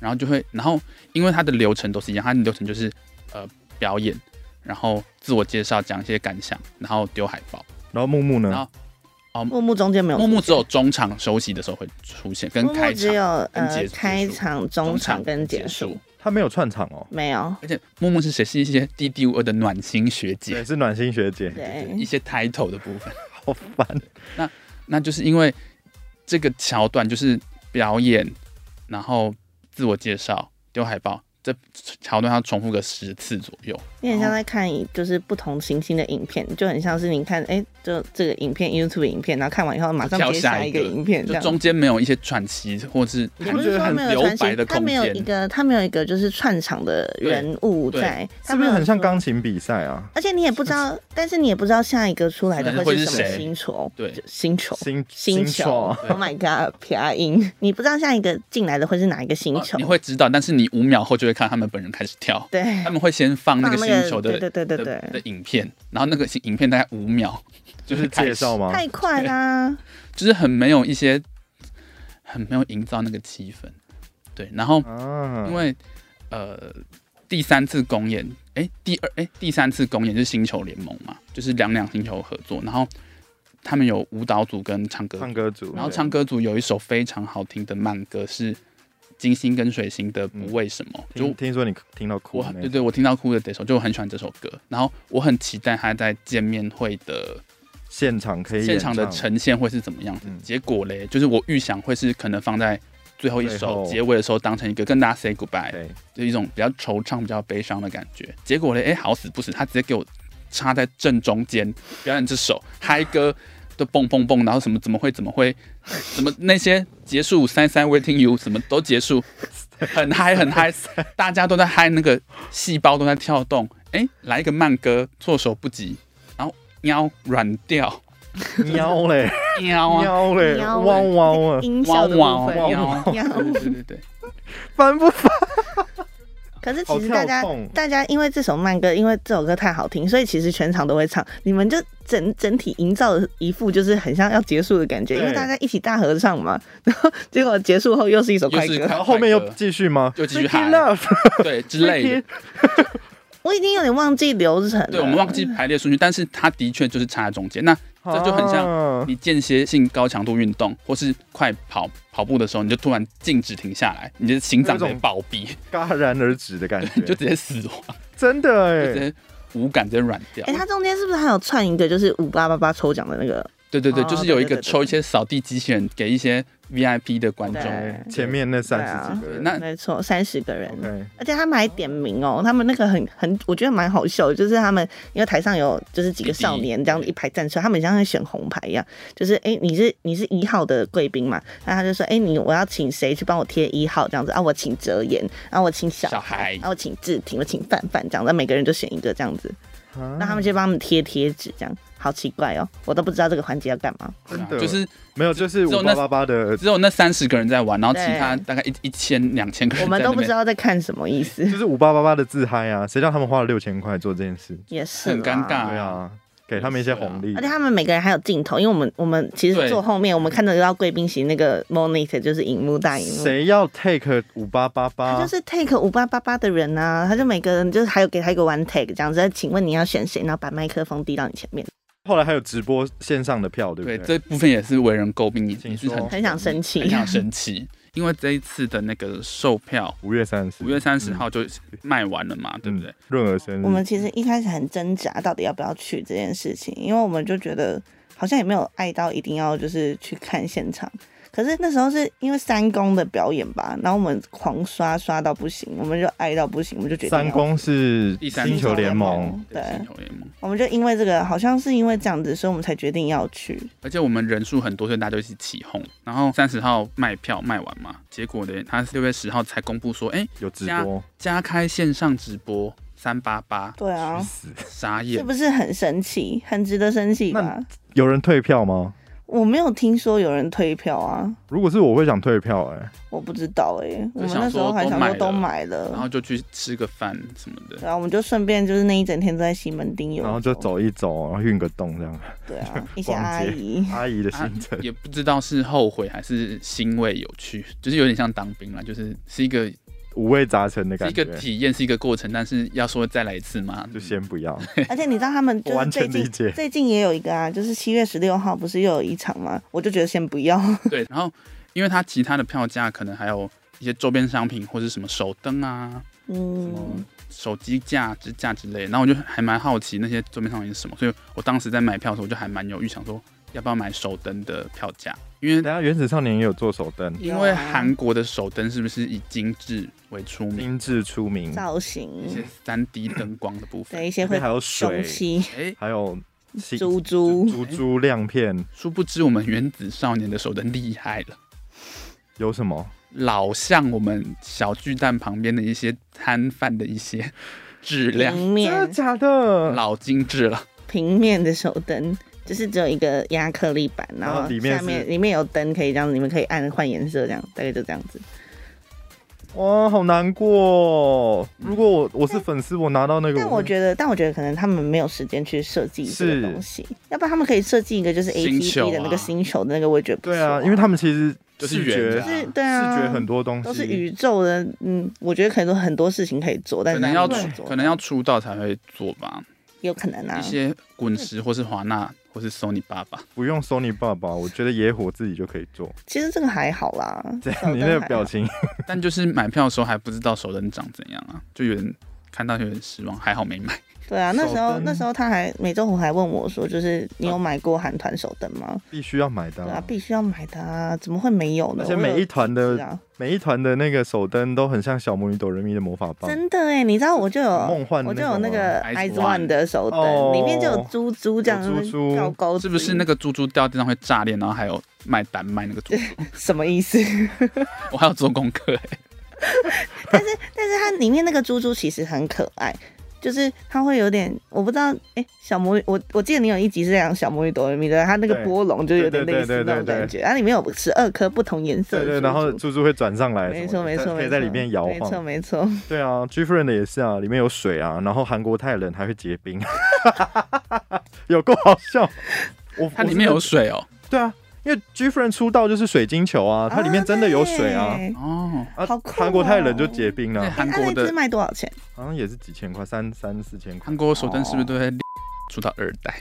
然后就会，然后因为它的流程都是一样，它的流程就是呃表演，然后自我介绍，讲一些感想，然后丢海报。
然后木木
然
呢
后？
木木中间没有出
木
现，
木只有中场休息的时候会出现，跟
木木
开
只
场。
有
跟
呃
结束
开场、中场跟结束，。
他没有串场哦，
没有。
而且木木是谁？是一些 D D 五二的暖心学
也
姐，
是暖心学姐，
一
对，哎
些 title 的部分。 [laughs]
好烦。
那就是因为这个桥段，就是表演，然后自我介绍、丢海报，这桥段要重复个十次左右。
有点像在看就是不同行星的影片，就很像是你看哎、就这个影片 YouTube 影片，然后看完以后马上
跳
接
下
一
一
个
个
影片，这
就
样。
中间没有一些喘息或是
你
不
不
是
觉得
说
很
没有
留
传
白
奇，
的
它
空
没有
间
一？个，它没有一个就是串场的人物
对
在，
是
它
不
没
是
有
很像
说？
钢琴比赛啊？
而且你也不知
[laughs]
道，但是你也不知道下一个出来的
对
会
会是
什么
谁
星球，
对
就星球。
星
星球
球，
对
，Oh my god，撇音，你不知道下一个进来的会是哪一个星
哦
球
你，会知道，但是你五秒后就会看他们本人开始跳。
对，
他们会先放那个
放那个
星球的
对对对对
的的
对
影片，然后那个影片大概五秒，就是
是
开
介
始
绍吗？
太快
[laughs]
啦，
就是很没有一些，很没有营造那个气氛。对，然后
啊
因，为、呃第三次公演，哎、第二哎、第三次公演是星球联盟嘛，就是两两星球合作，然后他们有舞蹈组跟唱歌组，
唱歌组，
然后唱歌组有一首非常好听的慢歌是金星跟水星的不为什么，
听
就
听说你听到哭
我
的那
对
种，
对，我听到哭的这首，就我很喜欢这首歌，然后我很期待他在见面会的
现场可以
现场的
演唱
呈现会是怎么样子。
嗯
结果嘞，就是我预想会是可能放在最后一
最后
首结尾的时候，当成一个跟大家 say goodbye，
对，
就一种比较惆怅、比较悲伤的感觉。结果嘞，哎，好死不死，他直接给我插在正中间表演
[laughs]
这首嗨歌。就蹦蹦蹦，然后什么怎么会怎么会，怎么那些结束三三 waiting you 什么都结束，很嗨很嗨，大家都在嗨，那个细胞都在跳动。哎，来一个慢歌，措手不及，然后腰软掉，
喵嘞
[laughs] 喵啊，
喵嘞，
喵啊
汪汪啊，
音效
汪
的
汪
部
汪汪，
分。喵
对对对对，
烦不烦？
可是
好
其实大家
跳痛
大家因为这首慢歌，因为这首歌太好听，所以其实全场都会唱。你们就整整体营造一副就是很像要结束的感觉，
对
因为大家一起大合唱嘛。 [laughs] 然后结果结束后又是一首快
又是
歌，
快
然后后面又继续吗？
就继续
Freaking
喊
love，
对之类的
freaking-。
我已经有点忘记流程了。
对，我们忘记排列顺序，但是它的确就是插在中间。那
嗯
这就很像
啊
你间歇性高强度运动或是快跑跑步的时候，你就突然静止停下来，你的心脏
有一种
被暴毙，
戛然而止的感
你 [laughs] 就
觉，
直接死亡，
真的
就直
哎，
接无感，直接软掉
哎、。它中间是不是还有串一个就是五八八八抽奖的那个？
对对对，
哦
就是有一个
对对对对
抽一些扫地机器人给一些 VIP 的观众。
对
前面那三十几个
对
人，
那
没错，三十个
啊
人。
OK，
而且他们还点名哦，他们那个很很，我觉得蛮好笑的，就是他们因为台上有就是几个少年这样子一排站出来，他们像在选红牌一样，就是哎、诶你是你是一号的贵宾嘛，然后他就说哎、诶你我要请谁去帮我贴一号这样子啊，我请哲言，啊我请小
小孩
啊我请志婷，我请范范这样子，每个人就选一个这样子，
啊
那他们就帮他们贴贴纸这样，好奇怪哦，我都不知道这个环节要干嘛，
对啊
真的
就是
没有，就是
只有
五
那
八八八的，
只有那三十个人在玩，然后其他
对
大概一一千两千个人
我们
在
都
那
不知
边
道在看什么意思
就，是五八八八的自嗨啊，谁叫他们花了六千块做这件事？
也是
很尴
啦
尬
对啊，给他们一些红利
而且，他们每个人还有镜头，因为我们我们其
对
实坐后面，我们看得到贵宾席那个 monitor 就是荧幕大荧幕。
谁啊要 take 五八八
他
八
就？是 take 五八八八的人啊，他就每个人就是还有给他一个 one take 这样子，请问你要选谁？然后把麦克风递到你前面，
后来还有直播线上的票，对
对，
不对？
这部分也是为人诟病，也
请
也是很
说
[laughs]
很想生气
很。想生气，因为这一次的那个售票，
五月三十，
五月三十号就卖完了嘛，对不对
嗯？？润儿生日，
我们其实一开始很挣扎，到底要不要去这件事情，因为我们就觉得好像也没有爱到一定要就是去看现场。可是那时候是因为三公的表演吧，然后我们狂刷刷到不行，我们就爱到不行，我们就决定
三
要
公是
第三
星球联盟，
对
星球联盟。
我们就因为这个，好像是因为这样子，所以我们才决定要去。
而且我们人数很多，所以大家就一起起哄。然后三十号卖票卖完嘛，结果呢，他六月十号才公布说，哎、
有直
加
播，
加开线上直播三八
[laughs]
八，
对啊
去，死
傻
是
眼。
不是很生气？很值得生气吧？
有人退票吗？
我没有听说有人退票啊，
如果是我会想退票，哎，
我不知道哎、我
就想说
们那时候还想说
都
都
买
买了，
然后就去吃个饭什么的，
对啊，我们就顺便就是那一整天都在西门町游，
然后就，走一走，然后运个动这样。
对啊，一些
逛
阿
街 [laughs]
姨。
阿姨的
啊
行程，
也不知道是后悔还是欣慰有趣，就是有点像当兵啦，就是是一个
五味杂陈的
是
感
啊一个
觉，
体验，是一个过程，但是要说再来一次
[laughs]
吗？
就先不要。
而且你知道他们就
完
是
全
最
理
近
解
最近也有一个啊，就是七月十六号不是又有一场吗？我就觉得先不要， [laughs]
对，然后因为它其他的票价可能还有一些周边商品或是什么手灯啊、
嗯，
手机架、支架之类的，然后我就还蛮好奇那些周边商品是什么，所以我当时在买票的时候我就还蛮犹豫，想说要不要买手灯的票价，因为
等下原子少年也有做手
[laughs]
灯，
因为
啊
韩国的手灯是不是以精致为出名，
精致出名，
造
一些
型
三 D 灯光的部
嗯对一
分，
些
里面
会
还有
东
水，
西，
哎。
还有星
珠珠
珠珠亮片，
殊不知，我们原子少年的手灯厉害了，
有什么？
老像我们小巨蛋旁边的一些摊贩的一 [laughs] 些质量，
平
真的
面
假的？
老精致了。
平面的手灯，就是只有一个亚克力板，然
然后
后
啊里面
下面
是
里面有灯可以这样子，你们可以按换颜色这样，大概就这样子。
哇，好难过哦！如果我我是粉丝，我拿到那个，
但我觉得，但我觉得可能他们没有时间去设计这
是
个东西，要不然他们可以设计一个就是 A
星
T
球啊
P 的那个星球的那个，我也觉得不
对
错
啊，因为他们其实
就
视
是圆
觉
的啊
是对啊，
视觉很多东西
都是宇宙的，嗯，我觉得可能有很多事情可以做，但
可
是
能要
他
出
们没有做
可能要出道才会做吧，
有可能啊
一，些滚石或是华纳 [laughs] 或是 Sony 爸爸。
不用 Sony 爸爸，我觉得野火自己就可以做。 [laughs]
其实这个还好啦，
这
小
样
灯
你那个
还
表
好
情，
但就是买票的时候还不知道手灯长怎样啊，就有点看到有点失望，还好没买。
对啊，那时
手
候
灯
那时候他还美洲虎还问我说，就是你有买过韩团手灯吗？
必须要买的
对
啊、
啊，必须要买的啊，怎么会没有呢？
而且
我有
每一团的
几只啊
每一团的那个手灯都很像小魔女哆瑞咪的魔法棒，
真的哎，你知道我就有
梦幻的
我
那
就
种吗
有那个
Eyes
Eyes One 的手
哦
灯，里面就有珠珠这样
有珠珠
高高，
是不是那个猪猪掉地上会炸裂，然后还有卖单卖那个 [laughs] 猪猪？
什么意思？ [laughs]
我还要做功课欸
但是它里面那个珠珠其实很可爱，就是它会有点，我不知道，哎、小魔女，我我记得你有一集是讲小魔女哆瑞咪的，它那个
对
波龙就有点
对对
类似
对
那种
对
感觉，啊它里面有十二颗不同颜色
对对，
的珠珠
然后猪猪会转上来，
没
什
错
么的
没
它
错，
可以
没
在
错
里面摇
没错
晃。
没错，
对啊，G 夫人的也是啊，里面有水啊，然后韩国太冷还会结冰， [laughs] 有够好笑。我
它里面有水哦。
对啊，因为 G 夫人出道就是水晶球啊，它里面真的有水啊。
对
哦，
啊
好酷哦
韩国太冷就结冰了
对，韩
哎
国
啊那一只
的
卖多少钱？
好像也是几千块，三三四千块
韩。国手灯是不是都会出到二代？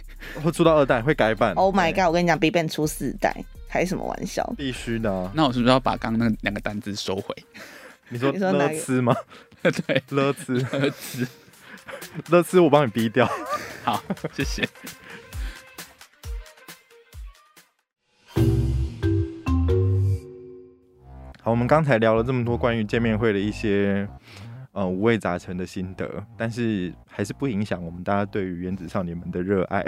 会出到二代会改版。
Oh my
对
god！我跟你讲，Big Bang 出四代，开什么玩笑？
必须的啊、
那我是不是要把刚刚那两个单字收回？
你说
你说哪
乐
个
吃
[laughs]
吗？
[laughs] 对，
乐吃，
儿子，
[laughs] 乐吃，我帮你逼掉。
好，谢 [laughs] 谢。
好，我们刚才聊了这么多关于见面会的一些呃五味杂陈的心得，但是还是不影响我们大家对于原子少年们的热爱。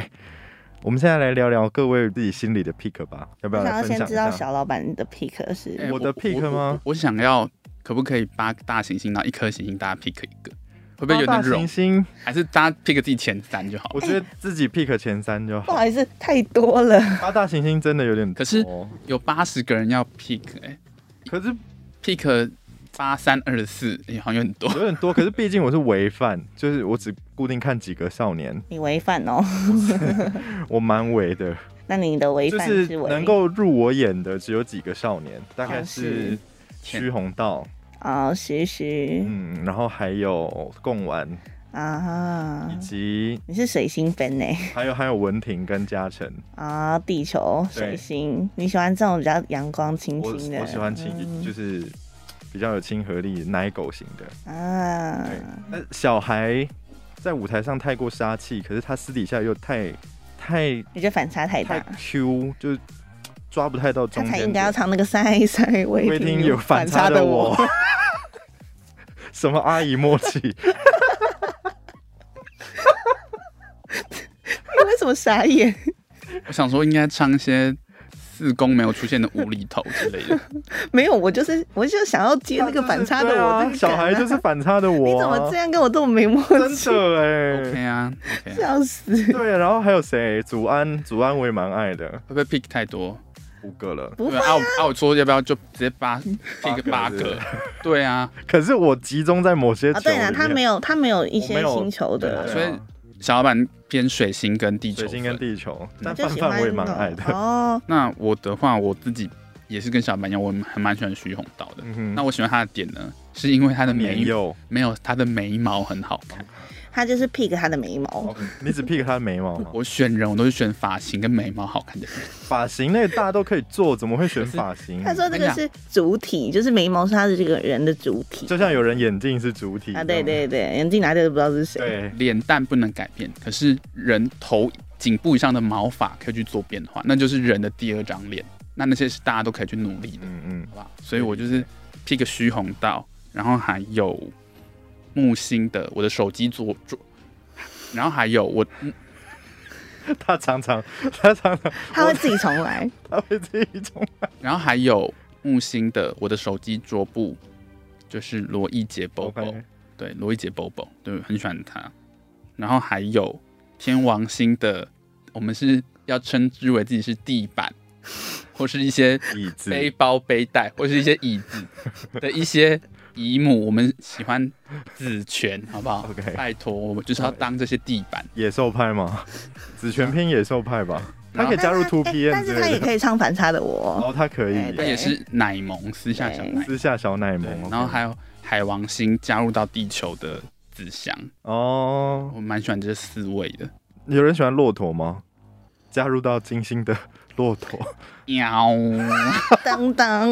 我们现在来聊聊各位自己心里的 pick 吧，要不
我
要
想
来
要
分
先
享
知道
一下？
小老板你的 pick 是、
哎
我的 pick
我
吗
我想要可不可以八个大行星，然后一颗行星大家 pick 一个，会不会有
八
点
大行
冗？
星，
还是大家 pick 自己前三就好
我
了？
觉得自己 pick 前三就
不
好。
好意思，太多了。
八大行星真的有点多，
可是有八十个人要 pick，哎、
可是
pick 八三二四，哎，好像有点多。
有点多，可是毕竟我是违反， [laughs] 就是我只固定看几个少年，
你违反哦，
我蛮违的。
那你的违
就
反
是
违
能够入我眼的只有几个少年，大概
像
是
是
屈宏道，
啊，徐徐
嗯，然后还有贡丸，
啊
以
哈，
及
你是水星粉呢
还有还有文婷跟嘉诚，
啊，地球
对
水星，你喜欢这种比较阳光清
我
新的？
我喜欢亲，就是比较有亲和力、奶狗型的。
啊
对，那小孩在舞台上太过杀气，可是他私底下又太太
你觉得反差太
太
大，
Q，就是抓不太到
他
中
才
间
应该
[laughs]
要
点。
唱那个 [laughs] 塞塞
会
未
听有反
反
差
的
的我。， [laughs] 什么阿姨默
[laughs]
契？
[laughs] 哎你为什么傻眼？
我想说应该唱一些四宫没有出现的无厘头
[laughs]
之类的。
没有，我就是我就想要接那个反差的
对
我
啊
这个
小
梗
孩
啊
就是反差的我、
你
啊。
怎么这样跟我这么没默契？
真的哎、
OK 啊，OK 啊。
笑死！
对，然后还有谁？祖安，祖安我也蛮爱的，
会不会 pick 太多？
五个了。
对
不会
啊，啊我啊我说要不要就直接八
八
pick
个
八
是不是
个？对啊，
可是我集中在某些球
啊，
里面、
对啊，他没有他没有一
我没
些
有
星球
对啊
的，
所以小老板偏水星跟地球
水
粉。
星跟地球，但
就
范
喜
范
欢
我也蛮爱的
那。种哦。
那我的话，我自己也是跟小白一样，我还蛮喜欢徐宏道的。
嗯哼
那我喜欢他的点呢，是因为他的眉
年幼，
没有他的眉毛很好看。
他就是 pick 他的眉毛，
你只 pick 他的眉毛吗？
我选人我都是选发型跟眉毛好看的人。
发型那个大家都可以做，怎么会选发型？
他说这
我跟
个
你讲
是主体，就是眉毛是他的这个人的主体
嗯就像有人眼镜是主体
啊。对对对，眼镜拿掉就不知道是谁。
对，
脸蛋不能改变，可是人头颈部以上的毛发可以去做变化，那就是人的第二张脸。那那些是大家都可以去努力的，
嗯嗯
好吧？所以我就是 pick 徐宏道，然后还有木星的我的手机左左，然后还有我
嗯 [laughs] 他常常他常常
他会自己重来，
他会自己冲
然后还有木星的我的手机桌布，就是罗一杰 Bobo，、
OK
对，罗一杰 Bobo，对，很喜欢他。然后还有天王星的，我们是要称之为自己是地板，或是一些
椅子，
背包、背带，或是一些椅子的一些姨母，我们喜欢子权，好不好
OK
拜托，我们就是要当这些地板。
野兽派
[laughs]
吗？紫泉偏野兽派吧，他可以 [laughs] 加入
但是
Two
他哎
PM
但
之
是他
类
也
的。
可以唱反差的我，
哦，他可以
哎
他
对
也是奶萌，私下小奶
私下小奶
对，
萌，
然后
OK
还有海王星加入到地球的子祥，
哦，
我蛮喜欢这四位的。
有人喜欢骆驼吗？加入到金星的骆驼， [laughs]
喵，
当当，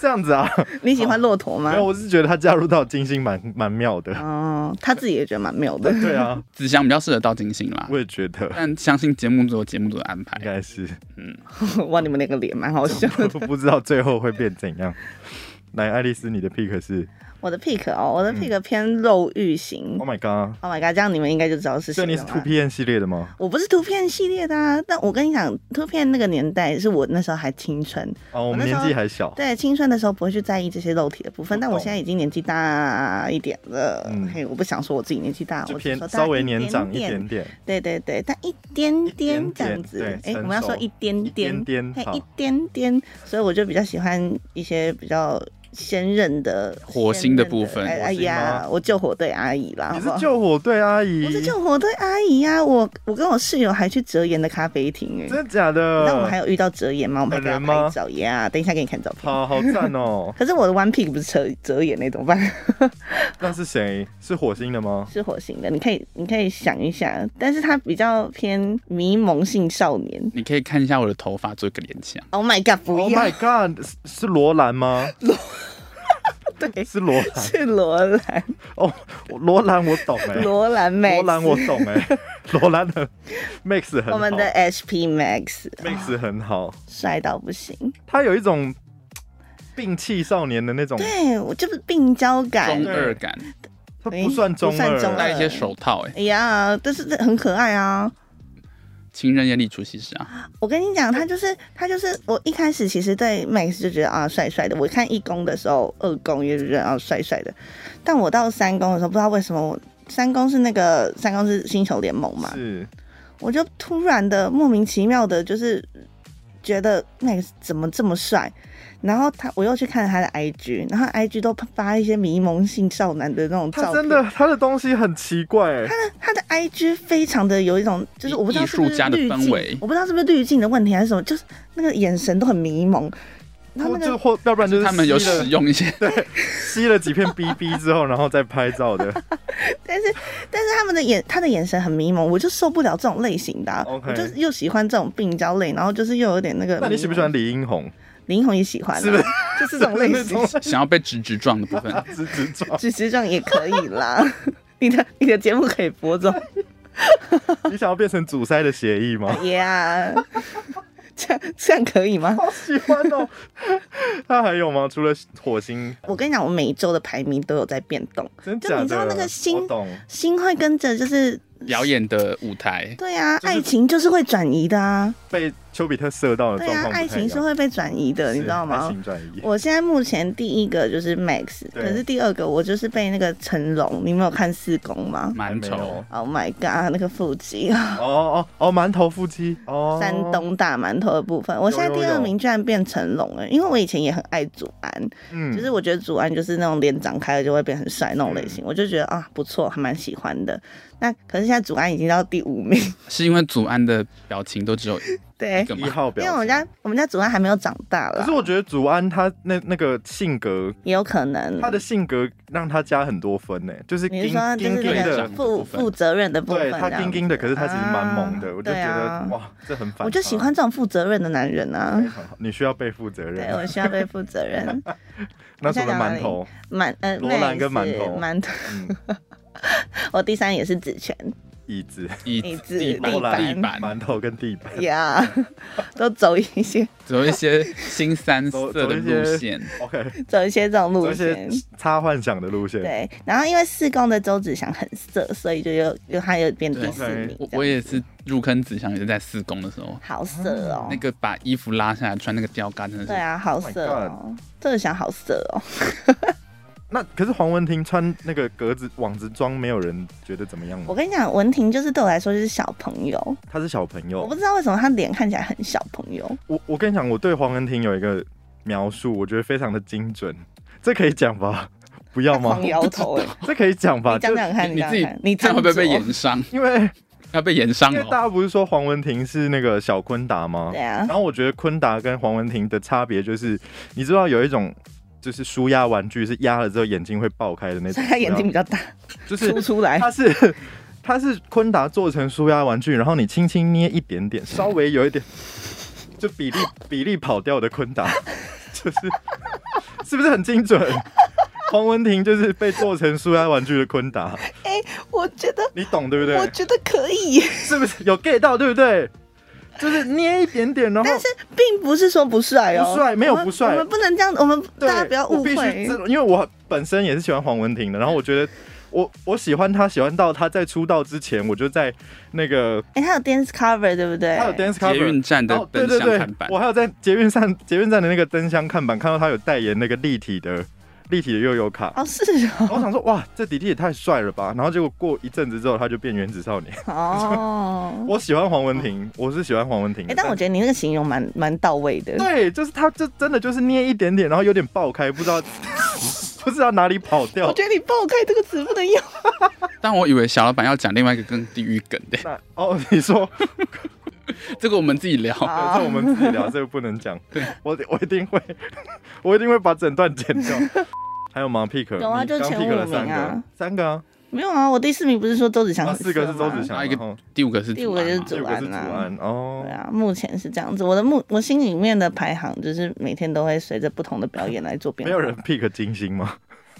这样子啊？
你喜欢骆驼吗
哦没？有，我是觉得他加入到金星蛮蛮妙
[laughs]
的。
哦，他自己也觉得蛮妙的。
[laughs] 对啊，
子祥比较适合到金星啦，
我也觉得
但相信节目组有节目组的安排
应。该是，
[laughs] 哇，你们那个脸蛮好笑。
[laughs] 我不知道最后会变怎样。来，爱丽丝，你的 pick 是
我的 pick 哦，我的
嗯
pick 偏肉欲型。
Oh my God，
Oh my god，这样你们应该就知道是谁
所
啊
以
了
你是
吧
Two P N 系列的吗？
我不是图片系列的啊，但我跟你讲，图片那个年代是我那时候还青春，
哦，我
我
们
那时
年
候
纪还小，
对青春的时候不会去在意这些肉体的部分，但我现在已经年纪大一点了，
哦嗯
嘿，我不想说我自己年纪大，
就
我只
偏
说大
稍微年长一
一
点
点，
点。
对对对，但一点点
一点点
这样子
对，成
哎、
熟
我们要说一点
一点点
嘿
好
一点点，所以我就比较喜欢一些比较。鲜韧的
火星的部分
哎哎
火星
呀
吗，
我救火队阿姨啦，
你
好
是
不好
救火队阿姨？
啊我是救火队阿姨呀、我我跟我室友还去折颜的咖啡厅哎、
真的假的？
那我们还有遇到折颜吗？我们还给他
本人吗
拍照呀等一下给你看照片。。
好好赞哦
可是我的 One Pick 不是折 [laughs] 折颜那怎么办？
那是谁？是火星的吗？
是火星的，你可以你可以想一下，但是它比较偏迷蒙性少年。
你可以看一下我的头发做一个联想，
Oh my god！不
Oh
要
my god，是是罗兰吗？
对，
是罗
[laughs]
兰
是罗兰，
哦，罗兰我懂哎、
罗兰 Max，
罗兰我懂哎、 [laughs] 罗兰的 Max 很好，
我们的 HP Max
Max 很好，
帅到不行，
他有一种摒弃少年的那种，
对我就是病娇感
中，二感，
他不算中
不
二，
算中二
戴一些手套、欸，哎，
哎呀，但是这很可爱啊。
情人眼里出西施啊，
我跟你讲，他就是他就是我一开始其实对 Max 就觉得啊帅帅的，我看一公的时候，二公也觉得啊帅帅的，但我到三公的时候，不知道为什么我三公是那个三公是星球联盟嘛，
是
我就突然的莫名其妙的，就是觉得 Max 怎么这么帅。然后他，我又去看他的 IG，然后 IG 都发一些迷蒙性少男的那种照
他
片。
真的他的东西很奇怪、欸，
他的 IG 非常的有一种，就是我不知道是不
艺术家
是
的
滤
氛围
镜，我不知道是不是滤镜的问题还是什么，就是那个眼神都很迷蒙，然后
或
那
就
个
或要不然就是
他们有
吸了
使用一些
吸了几片 BB 之后，然后再拍照的，
但是但是他们的眼他的眼神很迷蒙，我就受不了这种类型的啊、
OK
我就是又喜欢这种病娇类，然后就是又有点那个迷
那
蒙。
你喜不喜欢李英红？
林红也喜欢、啊，
是不是
[laughs] 就是这种类
[laughs]
型，
想要被直直撞的部分。
直直
[laughs]
撞。
直直撞也可以啦。 [laughs] 你的你的节目可以播这种，
你想要变成阻塞的协议吗？ [laughs]
呀、yeah，这样这样可以吗？
好喜欢哦！他还有吗？除了火星，
我跟你讲，我每一周的排名都有在变动。
真
就
假的？
你知道那个星
我懂，
心会跟着就是，
表演的舞
[laughs]
台，
对啊，
就是
爱情就是会转移的啊，
被丘比特射到的
对
状
啊
况，不太
爱
一样，
情是会被转移的，你知道
是爱
吗？
情转移，
我现在目前第一个就是 Max，
对
可是第二个我就是被那个成龙，你没有看四公吗
蛮
还没
丑
有。
？Oh my god，那个腹肌，
哦哦哦，馒头腹肌哦，
山东大馒头的部分，我现在第
有有
二
有
名居然变成龙了，因为我以前也很爱祖安，
嗯，嗯
就是我觉得祖安就是那种脸长开了就会变很帅那种类型，我就觉得啊不错，还蛮喜欢的。那可是现在祖安已经到第五名，
是因为祖安的表情都只有一
对，
个
一
嘛，
号
因
表情，
为我们家我们家祖安还没有长大
可
啦
是，我觉得祖安他那那个性格，
也有可能
他的性格让他加很多分呢，欸就是
嗯你
硬
是说就
硬
是
硬
那
的
个
硬的
负
部分
负责任的部分
对
这
他
样
硬
子？
硬的，可是他其实蛮萌的，
啊
我就觉
对
得
啊
哇，这很反差。
我就喜欢这种负责任的男人啊
非！常好。你需要被负责
对，
任
我。需要被负责
[laughs]
任。
那除了
我现在
馒
讲到
头，
馒呃，
罗兰跟
Max，
馒头
馒头。 [laughs]
嗯，
我第三也是子权 [laughs]
椅子、
椅
椅子
地板、
地板
地板，
馒头跟地板，
呀都走一些
只有一些新三色的路线。
OK，
走一些这种
走
路
一些
线。
插幻想的路线。
对，然后因为四公的周子祥很色，所以就又又他又变第四名。
我
这样
我也是入坑子祥，也是在四宫的时候，
好色哦
那。个把衣服拉下来穿那个吊嘎，真的
对
是
啊，好
Oh my
色哦，周子祥好色哦。
那可是黄文婷穿那个格子网子装，没有人觉得怎么样
我
吗？
跟你讲，文婷就是对我来说就是小朋友，
她是小朋
我
友
不。知道为什么她脸看起来很小朋友。
我我跟你讲，我对黄文婷有一个描述，我觉得非常的精准。这可以讲吧？ [laughs] 不要吗
[laughs] 狂？摇头哎、
[laughs]
欸，
这可以讲吧？
你讲
啊就
讲看，
你
讲
自
讲
己
看，你
看
斟
会不会被
酌
演伤？
因为
要被演伤
因为大
哦。
家不是说黄文婷是那个小昆达吗？
对啊
然，后我觉得昆达跟黄文婷的差别就是，你知道有一种就是舒压玩具是压了之后眼睛会爆开的那
[laughs] 所
种，
以他眼睛比较大，
就是
凸出来。
它是它是昆达做成舒压玩具，然后你轻轻捏一点点，稍微有一点，就比例比例跑掉的昆达，就是是不是很精准？黄文婷就是被做成舒压玩具的昆达，
哎、我觉得，
你懂对不
我
对？
觉得可以，
是不是有 get 到对不对？就是捏一点点，然后
但是并不是说不帅哦，
不帅没有
我们
不帅
我们不能这样，我们
对
大家不要误
我必须
会
知。道因为我本身也是喜欢黄文婷的，然后我觉得我我喜欢她，喜欢到她在出道之前，我就在那个
哎、他有 dance cover 对不对？
她有 dance
捷
cover
运站
然
的
后对
灯
对
箱
对
看板，，
我还有在捷运上捷运站的那个灯箱看板看到她有代言那个立体的立体的悠悠卡。
哦，是
然后我想说，哇，这弟弟也太帅了吧！然后结果过一阵子之后，他就变原子少年。
[laughs] 哦。哦
我喜欢黄文婷，我是喜欢黄文婷
[laughs] 哎、
的。
但我觉得你那个形容蛮蛮到位的。
对，啊就是他，这真的就是捏一点点，然后有点爆开，不知道 [laughs] 不知道哪里跑掉
我。觉得你爆开这个词不能用，
但我以为小老板要讲另外一个更地狱梗的， [laughs]
那哦，你说
这个我们自己聊。
对，这我们自己聊，这个不能
[laughs]
讲。对，我我一定会， [laughs] 我一定会把整段剪
[laughs]
掉。还有吗？pick
有啊
你
就
刚
前
pick 了
五名
三个
啊，
三个啊，
[laughs] 没有啊，我第四名不是说周子祥、
啊四个是周子祥，
啊一
然
个
后
第五个是
第五个
阻拦嘛
就是阻
第五个是
安
祖
啊
安哦
对。啊，目前是这样子。我的目我心里面的排行就是每天都会随着不同的表演来做变
[laughs] 没
化。
有人 pick 金星吗？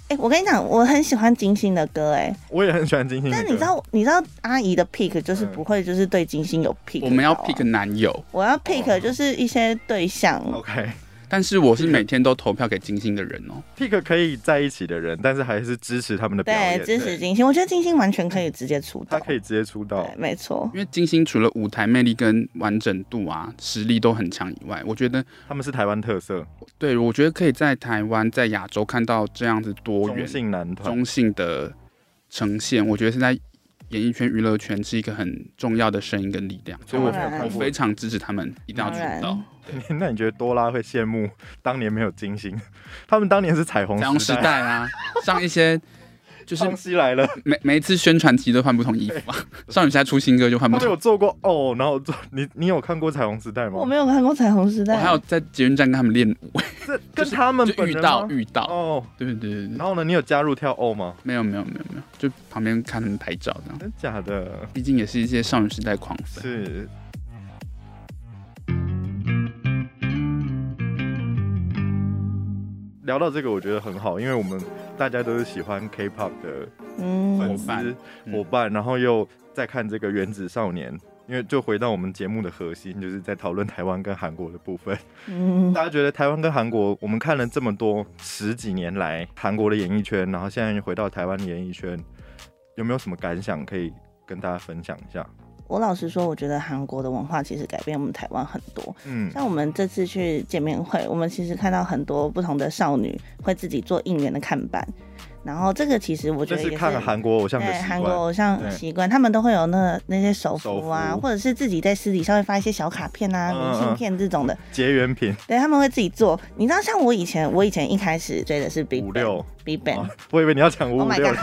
哎、我跟你讲，我很喜欢金星的歌哎、
我也很喜欢金星的歌。嗯
但你知道你知道阿姨的 pick 就是不会就是对金星有 pick，、哦
我们要 pick 男友，
我要
哦
pick 就是一些对象。
？OK，pick
但是我
嗯
是每天都投票给金星的人哦。
可以在一起的人，但是还是支持他们的表
[laughs] 对
演，，
支持金星，我觉得金星完全可以直接出
他。
道
可以哦直接出道
对，。没错。
因为金星除了舞台魅力跟完整度啊实力都很强以外，我觉得
他们是台湾特色，
对我觉得可以在台湾在亚洲看到这样子多
中
元
性男团。
中性的呈现，我觉得是在演艺圈、娱乐圈是一个很重要的声音跟力量，所以我
当然
我非常支持他们一定要出道
当。
[laughs] 那你觉得多拉会羡慕当年没有金星？ [laughs] 他们当年是彩虹
彩虹时
时代，
代啊，像一些
[laughs]
就是
康熙来了。
每每一次宣传期都换不同衣服啊，少女时代出新歌就换
他
不
们
同
有。做过哦，然后做你你有看过彩虹时代吗？
我没有看过《彩虹时代
我》，还有在捷运站跟他们练舞，
这跟他们
就
本
遇
人
到
吗
遇到，
哦。
对对对对
然，后呢，你有加入跳 O 吗？
没有没有没有没有，就旁边看他们拍照这样，
真假的？
毕竟也是一些少女时代狂粉。
是。聊到这个，我觉得很好，因为我们大家都是喜欢 K-pop 的粉
嗯，
丝
伙伴嗯
伙伴，然后又在看这个《原子少年》，因为就回到我们节目的核心，就是在讨论台湾跟韩国的部分。
嗯，
大家觉得台湾跟韩国，我们看了这么多十几年来韩国的演艺圈，然后现在又回到台湾的演艺圈，有没有什么感想可以跟大家分享一下？
我老实说，我觉得韩国的文化其实改变我们台湾很多。
嗯，
像我们这次去见面会，我们其实看到很多不同的少女会自己做应援的看板，然后这个其实我觉
这
得
是
也
看了韩国偶像的
对
习
韩国
惯。
偶像
对
习惯，他们都会有那那些手幅啊，
手幅
或者是自己在私底下会发一些小卡片啊、
嗯嗯嗯
明信片这种的，
结缘品
对，他们会自己做。你知道，像我以前，我以前一开始追的是 Big
五六，
Bang，Big
哦
Bang，
我以为你要讲五
Oh
五
my
六
god，，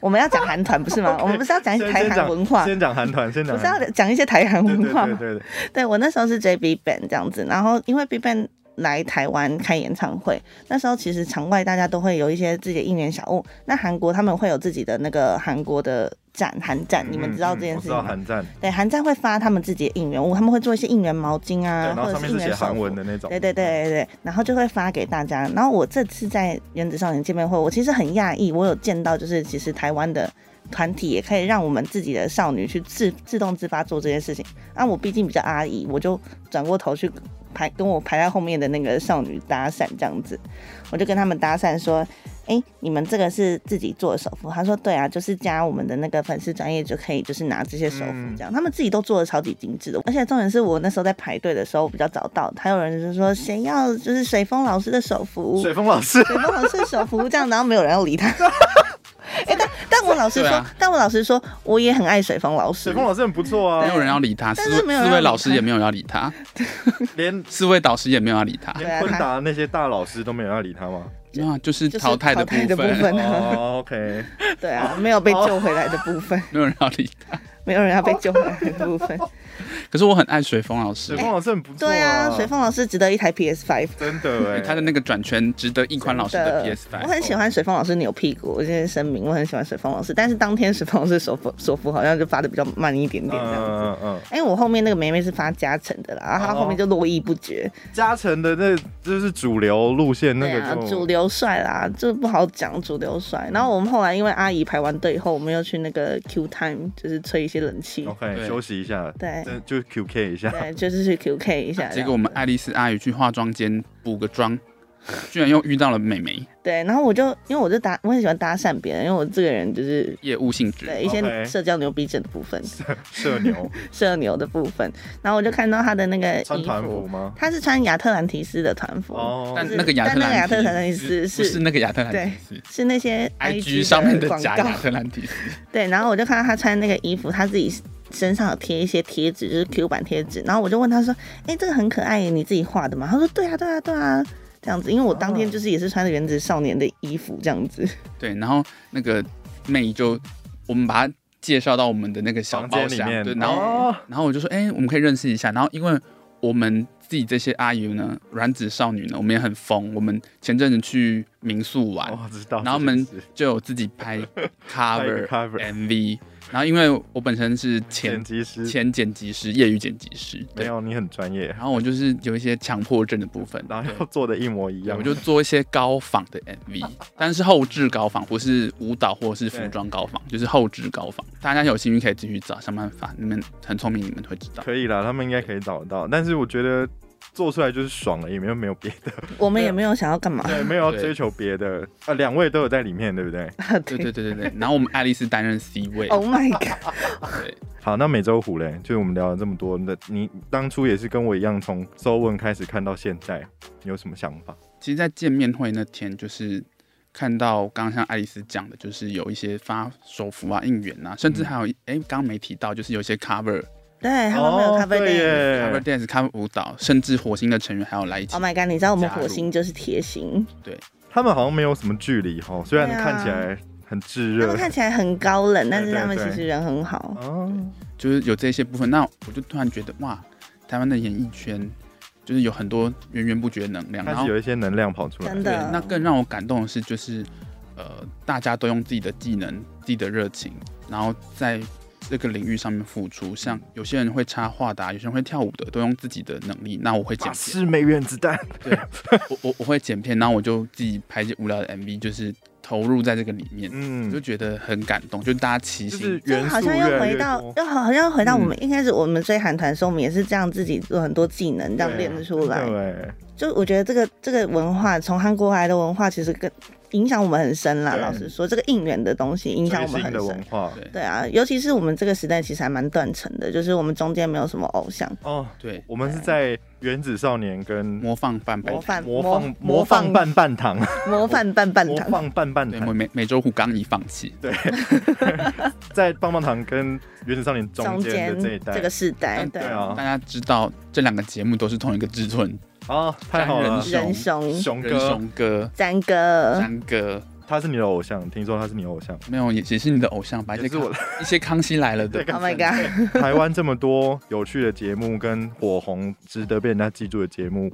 我们要讲韩团不
[laughs]
是吗？我们不是要讲
先
台
先
韩
讲
文化，
先讲韩团，先
不
讲
是要
韩团。
讲一些台韩
对
文
对
化
对
吗？
对对，
对我那时候是追 Big Bang 这样子，然后因为 Big Bang 来台湾开演唱会，那时候其实场外大家都会有一些自己的应援小物。那韩国他们会有自己的那个韩国的站，韩站， [laughs] 你们知道这
嗯
件
我知
事啊情
道
吗？
韩战，
对，韩站会发他们自己的应援物，他们会做一些应援毛巾
对，
啊，
然后
或者
上面
应
是写
援手
韩文
幅。
的那种。嗯
对对对对对，然后就会发给大家。然后我这次在原子少年见面会，我其实很讶异，我有见到就是其实台湾的团体也可以让我们自己的少女去自自动自发做这件事情。啊，我毕竟比较阿姨，我就转过头去排跟我排在后面的那个少女搭讪这样子，我就跟他们搭讪说。哎，你们这个是自己做的手幅？他说对啊，就是加我们的那个粉丝专业就可以，就是拿这些手幅
嗯
这样。他们自己都做的超级精致的，而且重点是我那时候在排队的时候比较早到，还有人就是说谁要就是水风老师的手幅，
水风老
[laughs]
师，
水风老师的手幅这样，然后没有人要理他。 [laughs] 哎，但但我老实说，
对啊
但我老实说，我也很爱水风老师。
水风老师很不错
没
啊，
有人要理他，
但
四
是
位
没有人
四
要
位
理
老师
他
也没有要理他，
连
四位导师也没有要理他，
对
连
啊
昆达那些大老师都没有要理他
[laughs]
吗？
没有啊，就是
就是
淘汰的
淘
部 [laughs]
汰的部
分，
分啊
哦，OK，
对啊，没有被救回来的部分。
没有人要理他。
没有人要被救回来的部
哦
分。
可是我很爱水风老师
水，风老师很不错、
对啊，水凤老师值得一台 PS Five。
真的
[laughs]
哎、
他的那个转圈值得一宽老师的 PS
我
Five。哦
很喜欢水风老师扭屁股，我先声明，我很喜欢水风老师。但是当天水风老师手幅手幅好像就发的比较慢一点点这样子。
嗯嗯嗯，
哎、我后面那个梅梅是发加成的啦，然
哦
后她后面就络绎不绝。
嘉诚的那就是主流路线那
对
个
啊
就、，
主流帅啦，这不好讲主流帅。然后我们后来因为阿姨排完队以后，我们又去那个 Q Time，就是吹一些冷气。
OK
对
休息一下，
对
这就 QK 一下，
对， [laughs] 就是去 QK 一下。
结果我们爱丽丝阿姨去化妆间补个妆，居然又遇到了美眉，
对，然后我就因为我就搭，我很喜欢搭讪别人，因为我这个人就是
业务性质。
对一些
OK
社交牛逼症的部分，
社
[laughs]
牛
社牛的部分。然后我就看到他的那个
穿
衣
团
服
服，吗？
他是穿亚特兰提斯的团服，
哦，
但
是
那个亚特
但那个
兰
亚
蒂
特兰蒂斯
不
是
是那个亚特兰蒂斯
是那些
，IG
IG
上面的
广
假
告
亚特兰蒂斯。
对，然后我就看到他穿那个衣服，他自己身上有贴一些贴纸，就是 Q 版贴纸。然后我就问他说：“哎、这个很可爱耶，你自己画的吗？”他说：“对啊，对啊，对啊。”这样子，因为我
哦
当天就是也是穿的原子少年的衣服这样子，
对，然后那个妹就我们把她介绍到我们的那个小
房
包
间里
厢，
面，
对，然后
哦
然后我就说，哎、我们可以认识一下。然后因为我们自己这些阿姨呢，软子少女呢，我们也很疯。我们前阵子去民宿玩，
我知道，
[laughs] 然后我们就有自己
[laughs]
拍 cover
cover
MV。然后因为我本身是前
剪辑师
前剪辑师，业余剪辑师，
没
对。
有你很专业，
然后我就是有一些强迫症的部分，
然后
对
又做的一模一
对
样，
我就做一些高仿的 MV，但是后置高仿，不是舞蹈或是服装高仿，就是后置高仿。大家有兴趣可以继续找，想办法。你们很聪明，你们会知道。
可以啦，他们应该可以找得到，但是我觉得。做出来就是爽了，也没有没有别的，
[laughs]
我们也没有想要干嘛。
对，没有要
对
追求别的。啊，两位都有在里面，对不对？哦
对对对对对。然后我们爱丽丝担任 C 位，
Oh my
[laughs]
god！
对，
好，那每周虎嘞，就是我们聊了这么多，那你当初也是跟我一样从搜问开始看到现在，你有什么想法？
其实，在见面会那天，就是看到刚刚像爱丽丝讲的，就是有一些发手幅啊、应援啊，
嗯
甚至还有一哎，刚刚没提到，就是有一些 cover
对哎他们
哦
没有咖啡
哦对哦
店。
cover
耶，
dance、cover 舞蹈，甚至火星的成员还有来一起
Oh。my god！你知道我们
加入
火星就是贴心，
他们好像没有什么距离哈，虽然
对啊
看起来很炙
他
热
们。看起来很高冷，但是
对
他们
对
其实人很好。
哦，
就是有这些部分，那我就突然觉得哇，台湾的演艺圈就是有很多源源不绝的能量，然
开
后
始有一些能量跑出来
真。
对，
的
那更让我感动的是，就是呃，大家都用自己的技能、自己的热情，然后在这个领域上面付出。像有些人会插画的啊、有些人会跳舞的，都用自己的能力。那我会剪
法
片，
师美元子弹，
我我我会剪片，然后我就自己拍一些无聊的 MV，就是投入在这个里面，
嗯
就，觉得很感动，就大家齐
就
心。
是
这
元
好
素
像
越
又
来
回
越
到
多，。嗯
又好像又回到我们一开始我们追韩团的时候，我们也是这样自己做很多技能，
啊
这样练得出来。
对，
就我觉得这个这个文化，从韩国来的文化，其实跟影响我们很深啦。
对
老实说，这个应援的东西影响我们
追星
很
的文
深。
化。
对
对啊，尤其是我们这个时代，其实还蛮断层的，就是我们中间没有什么偶像。
哦，
对，
我们是在原子少年跟
模仿范白
模范
模仿模
模
仿
仿
棒棒糖，
模范棒棒
模
糖，
仿棒棒
对，
糖
我，每每周虎刚一放弃，
在棒棒糖跟原子少年中
中
间
间
的这一代
这个世代，
但
对
对啊
大家知道这两个节目都是同一个制作人，
哦，太好了，
人
人熊
熊
仁
哥，
雄哥、
詹哥，
三哥，
他是你的偶像，听说他是你的偶像。
没有也也是你的偶像吧？一
也
些
是我的
康
[laughs]
一些康熙来了的
Oh my god！
台湾这么多有趣的节目跟火红、值得被人家记住的节目，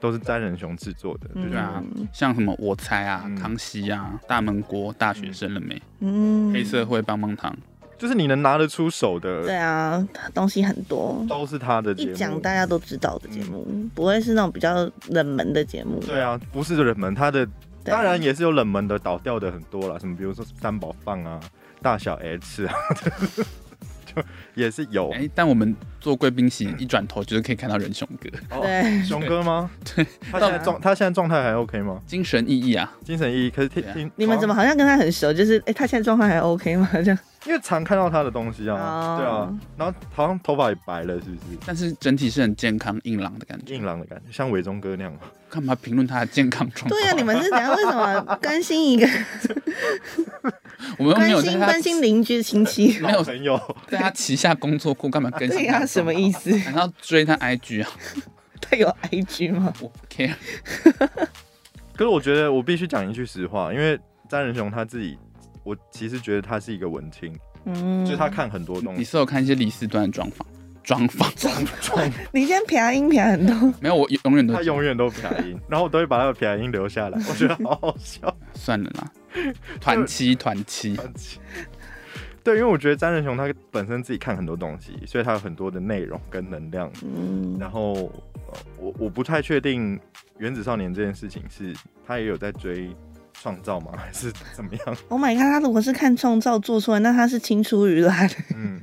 都是詹仁雄制作的，对
嗯
不
对
对？
啊，像什么我猜啊
嗯、
康熙啊、大门国、大学生了没、
嗯，
黑社会帮帮糖，
就是你能拿得出手
对
的，
啊，东西很多，
都是他的节
一
目。嗯
讲大家都知道的节目，不会是那种比较冷门的节目。
对啊，不是冷门，他的
对
当然也是有冷门的倒掉的很多啦，什么比如说三宝饭啊、大小 S 啊， [laughs] 就也是有。
哎、但我们做贵宾
嗯
席一转头就是可以看到仁雄哥，
哦，
对，啊
熊哥吗？
对，
他现在状他现在状态还 OK 吗？
精神奕奕啊，
精神奕奕，可是听
对啊
听
你们怎么好像跟他很熟？就是哎、诶他现在状况还 OK 吗？这样
因为常看到他的东西啊，
哦
对啊，然后好像头发也白了，是不是？
但是整体是很健康硬朗的感觉。
硬朗的感觉，像伟忠哥那样吗？
干嘛评论他的健康状况？
对啊，你们是怎样？为什么关心 [laughs] 一个
我们又
关
没有在
心
他
关心邻居亲戚？
[laughs] 没有
朋友，
在他旗下工作过，干嘛更
[laughs] 对
新？
啊，什么意思？
难道追他 IG 啊？
他有 IG 吗？
我不 care。
可是我觉得我必须讲一句实话，因为詹仁雄他自己，我其实觉得他是一个文青，
嗯，
就是他看很多东
你
西。
是有看一些李四端的专访？专访
[laughs]
你今天撇音撇很多，
没有，我永远都
他永远都撇
[laughs]
音，然后我都会把他的撇音留下来，我觉得好好笑。
算了
[laughs]
啦。团七团七，
对，因为我觉得詹仁雄他本身自己看很多东西，所以他有很多的内容跟能量。
嗯，
然后，呃、我我不太确定《原子少年》这件事情是他也有在追创造吗， [laughs] 还是怎么样？
Oh my god！他如果是看创造做出来，那他是青出于 [laughs] 蓝，
嗯，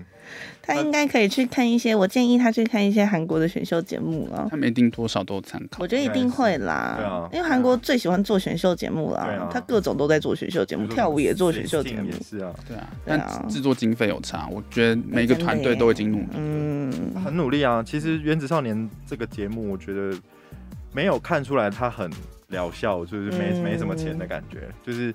他应该可以去看一些。我建议他去看一些韩国的选秀节目了。
他们一定多少都有参考
我。觉得一定会啦，
对啊
因为韩国最喜欢做选秀节目啦，
对啊
他各种都在做选秀节目，跳舞也做选秀节目
也，是啊，
对啊，
对啊
但制作经费有差，我觉得每个团队都已经努力。
嗯，
很努力啊。其实《原子少年》这个节目，我觉得没有看出来他很疗效，就是没、
嗯
没什么钱的感觉，就是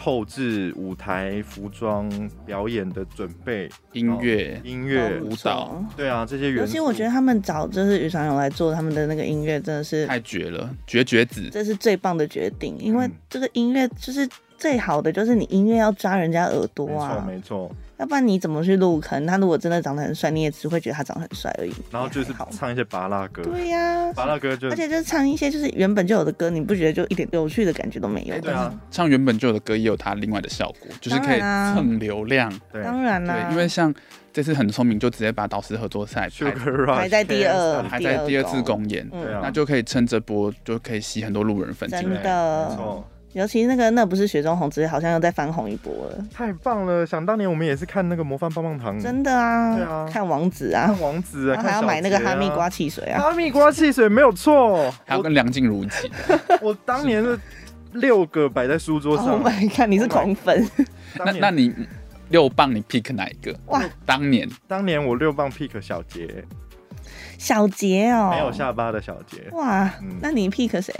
后置、舞台、服装、表演的准备、
音乐
音乐
都不
舞
错
蹈。
对啊，这些元
尤
素。
其我觉得他们找就是余长勇来做他们的那个音乐，真的是
太绝了，绝绝子，
这是最棒的决定，因为这个音乐
嗯
就是最好的，就是你音乐要抓人家耳朵
没错
啊，
没错，
要不然你怎么去入坑？他如果真的长得很帅，你也只会觉得他长得很帅而已。
然后就是
也还好，
唱一些拔拉歌，
对呀、
拔拉歌就
而且就是唱一些就是原本就有的歌，你不觉得就一点有趣的感觉都没有？
对啊，
唱原本就有的歌也有它另外的效果，就是可以
当然啊
蹭流量。
对
当然啊啦、
对，因为像这次很聪明，就直接把导师合作赛排
Sugar Rush
排在第二
还在第二次公演，
嗯
对啊
那就可以趁这波就可以吸很多路人粉进
真
来。
没
的，
错，
尤其那个那不是雪中红，只是好像又再翻红一波了，
太棒了！想当年我们也是看那个《模范棒棒糖》，
真的啊，
嗯对啊
看王子啊
看，王子啊，
然后
看
还要
小
买那个
杰啊
哈密瓜。汽水啊，
哈密瓜汽水没有错，
还要跟梁静茹一起，
我当年是六个摆在书桌
Oh
上。
my god！你是
Oh my
狂粉，
那
当
那
年
你六磅你 pick 哪一个？
哇，
当年
当年我六磅 pick 小杰，
[laughs] 小杰哦，
没有下巴的小杰，
哇
嗯，
那你 pick 谁？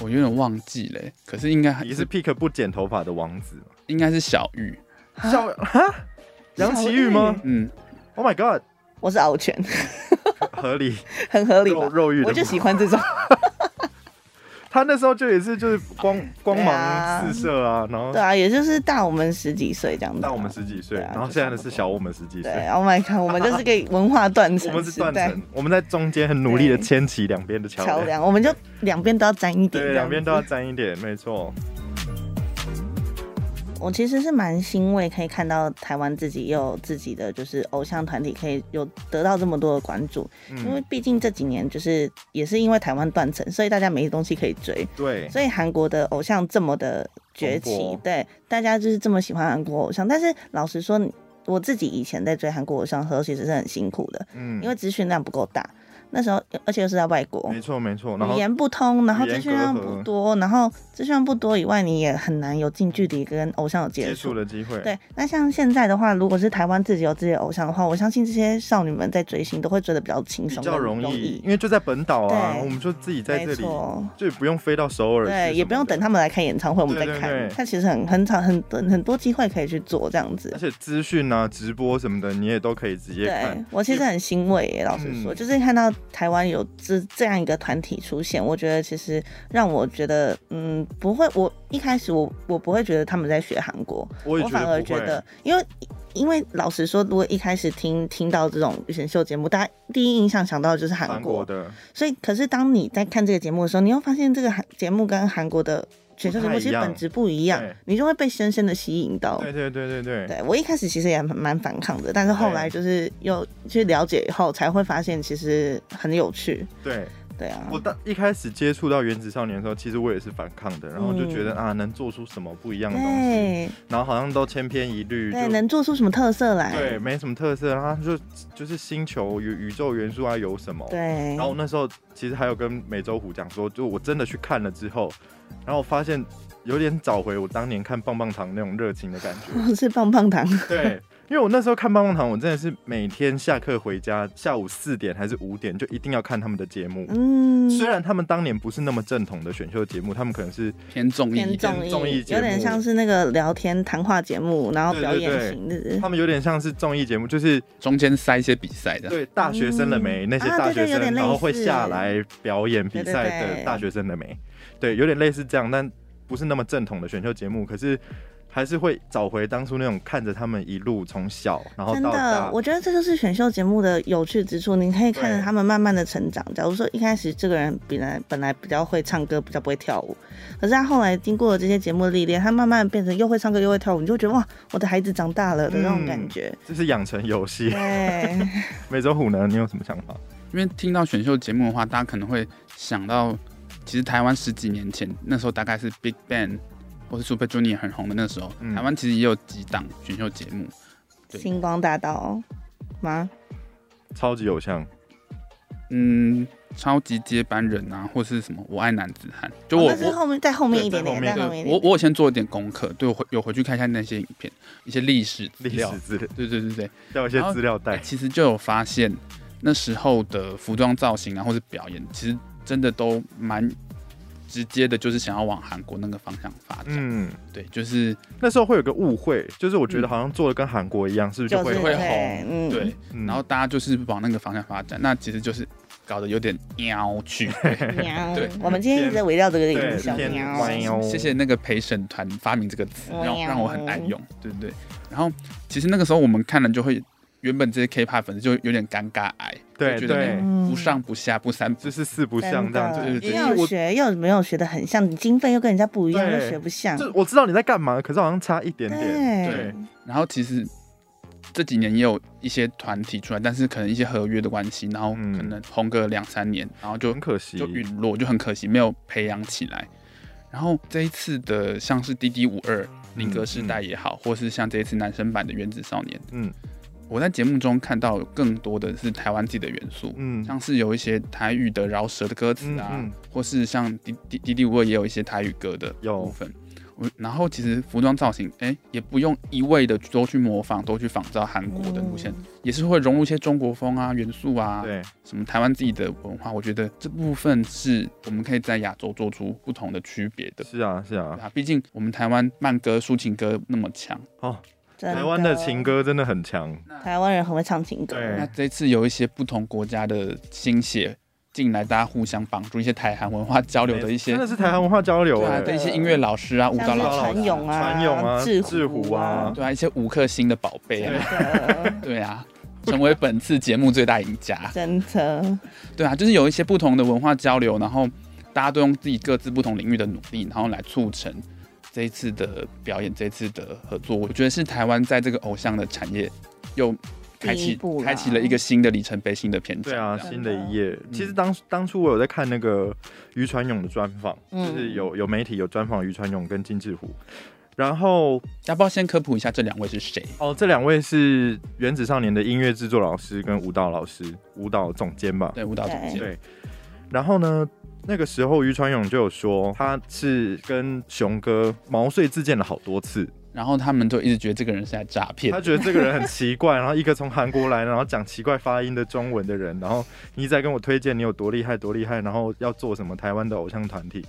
我有点忘记了，可是应该还
你是 pick 不剪头发的王子，
应该是小玉，
啊
小哈杨奇煜吗
嗯，
？Oh my god，
我是敖犬，
合理
[laughs] 很合理吧
肉？肉欲的
我就喜欢这
[laughs]
种，
他那时候就也是就是光光
对啊
芒四射啊，然后
对啊，也就是大我们十几岁这样子啊。
大我们十几岁，
对啊
然后
就
现在的
差
是
不多
小我们十几岁。
对，Oh my god！我们就是个文化断层，
[laughs] 我们是
时
断
代
层，我们在中间很努力的牵起两边的桥
啊桥梁，我们就两边都要沾一点，
对，
这样
两
子
边都要沾一点，没错。
我其实是蛮欣慰，可以看到台湾自己有自己的就是偶像团体，可以有得到这么多的关注。因为
嗯，
毕竟这几年就是也是因为台湾断层，所以大家没东西可以追，
对，
所以韩国的偶像这么的
蓬
崛起
勃，
对大家就是这么喜欢韩国偶像。但是老实说，我自己以前在追韩国偶像的时候，其实是很辛苦的，
嗯
因为资讯量不够大。那时候，而且又是在外国，
没错没错，然
语
后
言不通，然后
语言
资讯量
隔阂
不多，然后资讯量不多以外，你也很难有近距离跟偶像有接
接
触
触。的机会，
对，那像现在的话，如果是台湾自己有自己的偶像的话，我相信这些少女们在追星都会追的比较轻
比
松，
较容
容
易，因为就在本岛啊，
对
我们就自己在
没
这里，
错，
就不用飞到首尔去什么的，
对，也不用等他们来开演唱会，我们
对
再
对
看
对。
它其实很很长很多很多机会可以去做这样子
而。且资讯啊、直播什么的，你也都可以直接
对
看。
我其实很欣慰耶，老实
嗯
说，就是看到台湾有这这样一个团体出现，我觉得其实让我觉得，嗯，不会，我一开始我我不会觉得他们在学韩国，
我也
我
觉
反而
得不
觉
会
得，，因为因为老实说，如果一开始听听到这种选秀节目，大家第一印象想到的就是韩
韩
国，
国的
所以可是当你在看这个节目的时候，你又发现这个韩节目跟韩国的选秀节目其实本质不一样
不太一样，
你就会被深深的吸引到。
对对对对对，
哦对我一开始其实也蛮蛮反抗的，但是后来就是又去了解以后，才会发现其实很有趣。
对
对啊
我，当一开始接触到原子少年的时候，其实我也是反抗的，然后就觉得、啊，能做出什么不一样的东西，
嗯对
然后好像都千篇一律，
对，
就
能做出什么特色来？
对没什么特色，然后就就是星球宇宇宙元素啊有什么，
对
然后那时候其实还有跟美洲虎讲说，就我真的去看了之后，然后我发现有点找回我当年看棒棒糖那种热情的感觉，
我是棒棒糖，
对。因为我那时候看棒棒糖，我真的是每天下课回家，下午四点还是五点就一定要看他们的节目。
嗯，
虽然他们当年不是那么正统的选秀节目，他们可能是
偏综艺一点，
偏综艺，
综艺节目
有点像是那个聊天谈话节目，然后表演型的。
他们有点像是综艺节目，就是
中间塞一些比赛的，
对大学生了没、那些大学
嗯啊对对有
生，
点类似
然后会下来表演比赛
对对
的
对
大学生了没，对，有点类似这样，但不是那么正统的选秀节目，可是。还是会找回当初那种看着他们一路从小然后
真
哦到
的
大，，
我觉得这就是选秀节目的有趣之处。你可以看着
对
他们慢慢的成长。假如说一开始这个人本来本来比较会唱歌，比较不会跳舞，可是他后来经过了这些节目的历练，他慢慢变成又会唱歌又会跳舞，你就觉得哇，我的孩子长大了的那种感觉。
这是养成游 [laughs] 戏。嗯
对，
美洲虎呢，你有什么想法？
因为听到选秀节目的话，大家可能会想到，其实台湾十几年前那时候大概是 Big Bang 或是 Super Junior 很红的那时候，
嗯
台湾其实也有几档选秀节目，
[laughs]
对
星光大道吗？
超级偶像，
嗯，超级接班人啊，或是什么我爱男子汉，就
哦
我、
但是
我。
后面在后面一点点，
对在
在
后
后面一
对，我
点点。
我有先做一点功课，对我回有回去看一下那些影片，一些历史资
历
料
史，资料，
对对对对，
要一些资料袋。
哎其实就有发现，那时候的服装造型啊，或是表演，其实真的都蛮直接的，就是想要往韩国那个方向发展。
嗯，
对，就是
那时候会有个误会，就是我觉得好像做的跟韩国一样，是不是
嗯就
会
是
会红
对，嗯，
对，
嗯
然后大家就是往那个方向发展，那其实就是搞得有点喵
[laughs]
去。对
喵
对。
我们今天一直在围绕这个
对
影响
偏
喵。
歪哦
谢谢那个陪审团发明这个词，让
喵
让我很爱用，对不对？然后其实那个时候我们看了就会，原本这些 K-pop 粉丝就有点尴尬癌，
对
就觉得
对
哎不上不下不三不
就是四不像
真
这样，就
的
是
对对
因
对
为
又
我
学又没有学的很像，你经费又跟人家不一样，又
对
学不像。
就我知道你在干嘛，可是好像差一点点。
对
对，
然后其实这几年也有一些团体出来，但是可能一些合约的关系，然后
嗯
可能红个两三年，然后就
很可惜
就，陨落，就很可惜没有培养起来。然后这一次的像是滴滴五二林格世代也好，或是像这一次男生版的原子少年，
嗯
我在节目中看到有更多的是台湾自己的元素，
嗯
像是有一些台语的饶舌的歌词啊，
嗯嗯
或是像滴滴滴滴五二也有一些台语歌的
有
部分。我然后其实服装造型，哎、也不用一味的都去模仿，都去仿照韩国的路线，也是会融入一些中国风啊元素啊，
对，
什么台湾自己的文化。我觉得这部分是我们可以在亚洲做出不同的区别的。
是啊是啊
对，啊，毕竟我们台湾慢歌、抒情歌那么强，
哦，
真
台湾的情，歌真的很强，
台湾人很会唱情歌。
对
那这次有一些不同国家的新血进来，大家互相帮助，一些台韩文化交流的一些
真的是台湾文化交流
对
哎
啊，
对
的一些音乐老师啊、舞
像
蹈
是
老师啊、
传勇啊、
传勇啊
志
志虎啊
对啊，一些五颗星的宝贝啊，
的
对啊，成为本次节目最大赢家。
真的，
对啊，就是有一些不同的文化交流，然后大家都用自己各自不同领域的努力，然后来促成这一次的表演，这一次的合作，我觉得是台湾在这个偶像的产业又开
第一
启
步啦
开启了一个新的里程碑、新的篇章。
对啊，
这样
新的一页。
嗯
其实当当初我有在看那个于传勇的专访，
嗯
就是有有媒体有专访于传勇跟金志虎，然后
要不要先科普一下这两位是谁？
哦，这两位是原子少年的音乐制作老师跟舞蹈老师、舞蹈总监吧？
对，舞蹈总监
对。然后呢，那个时候于传勇就有说，他是跟熊哥毛遂自荐了好多次，
然后他们就一直觉得这个人是在诈骗
他，觉得这个人很奇怪，然后一个从韩国来，然后讲奇怪发音的中文的人，然后你一直在跟我推荐你有多厉害多厉害，然后要做什么台湾的偶像团体，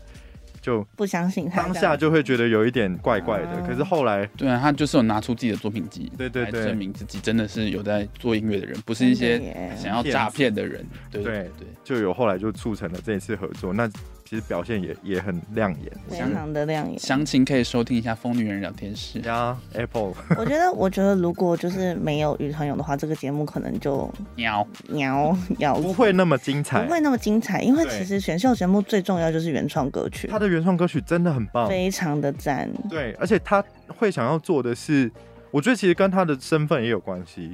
就
不相信他
当下就会觉得有一点怪怪的。
啊
可是后来，
对啊，他就是有拿出自己的作品集，
对对
来
对
证明自己真的是有在做音乐的人，不是一
真的
些
耶
想要诈骗的人。对
对
对对，
就有后来就促成了这一次合作，那其实表现也也很亮眼。
非
想
常的亮眼。
详情可以收听一下《疯女人聊天室》。
呀，Apple
[laughs] 我觉得，我觉得如果就是没有于传勇的话，这个节目可能就
喵，
鸟 [laughs] 鸟
不会那么精彩
不，会那么精彩，因为
对
其实选秀节目最重要就是原创歌曲
他，的原创歌曲真的很棒。
非常的赞。
对，而且他会想要做的是，我觉得其实跟他的身份也有关系。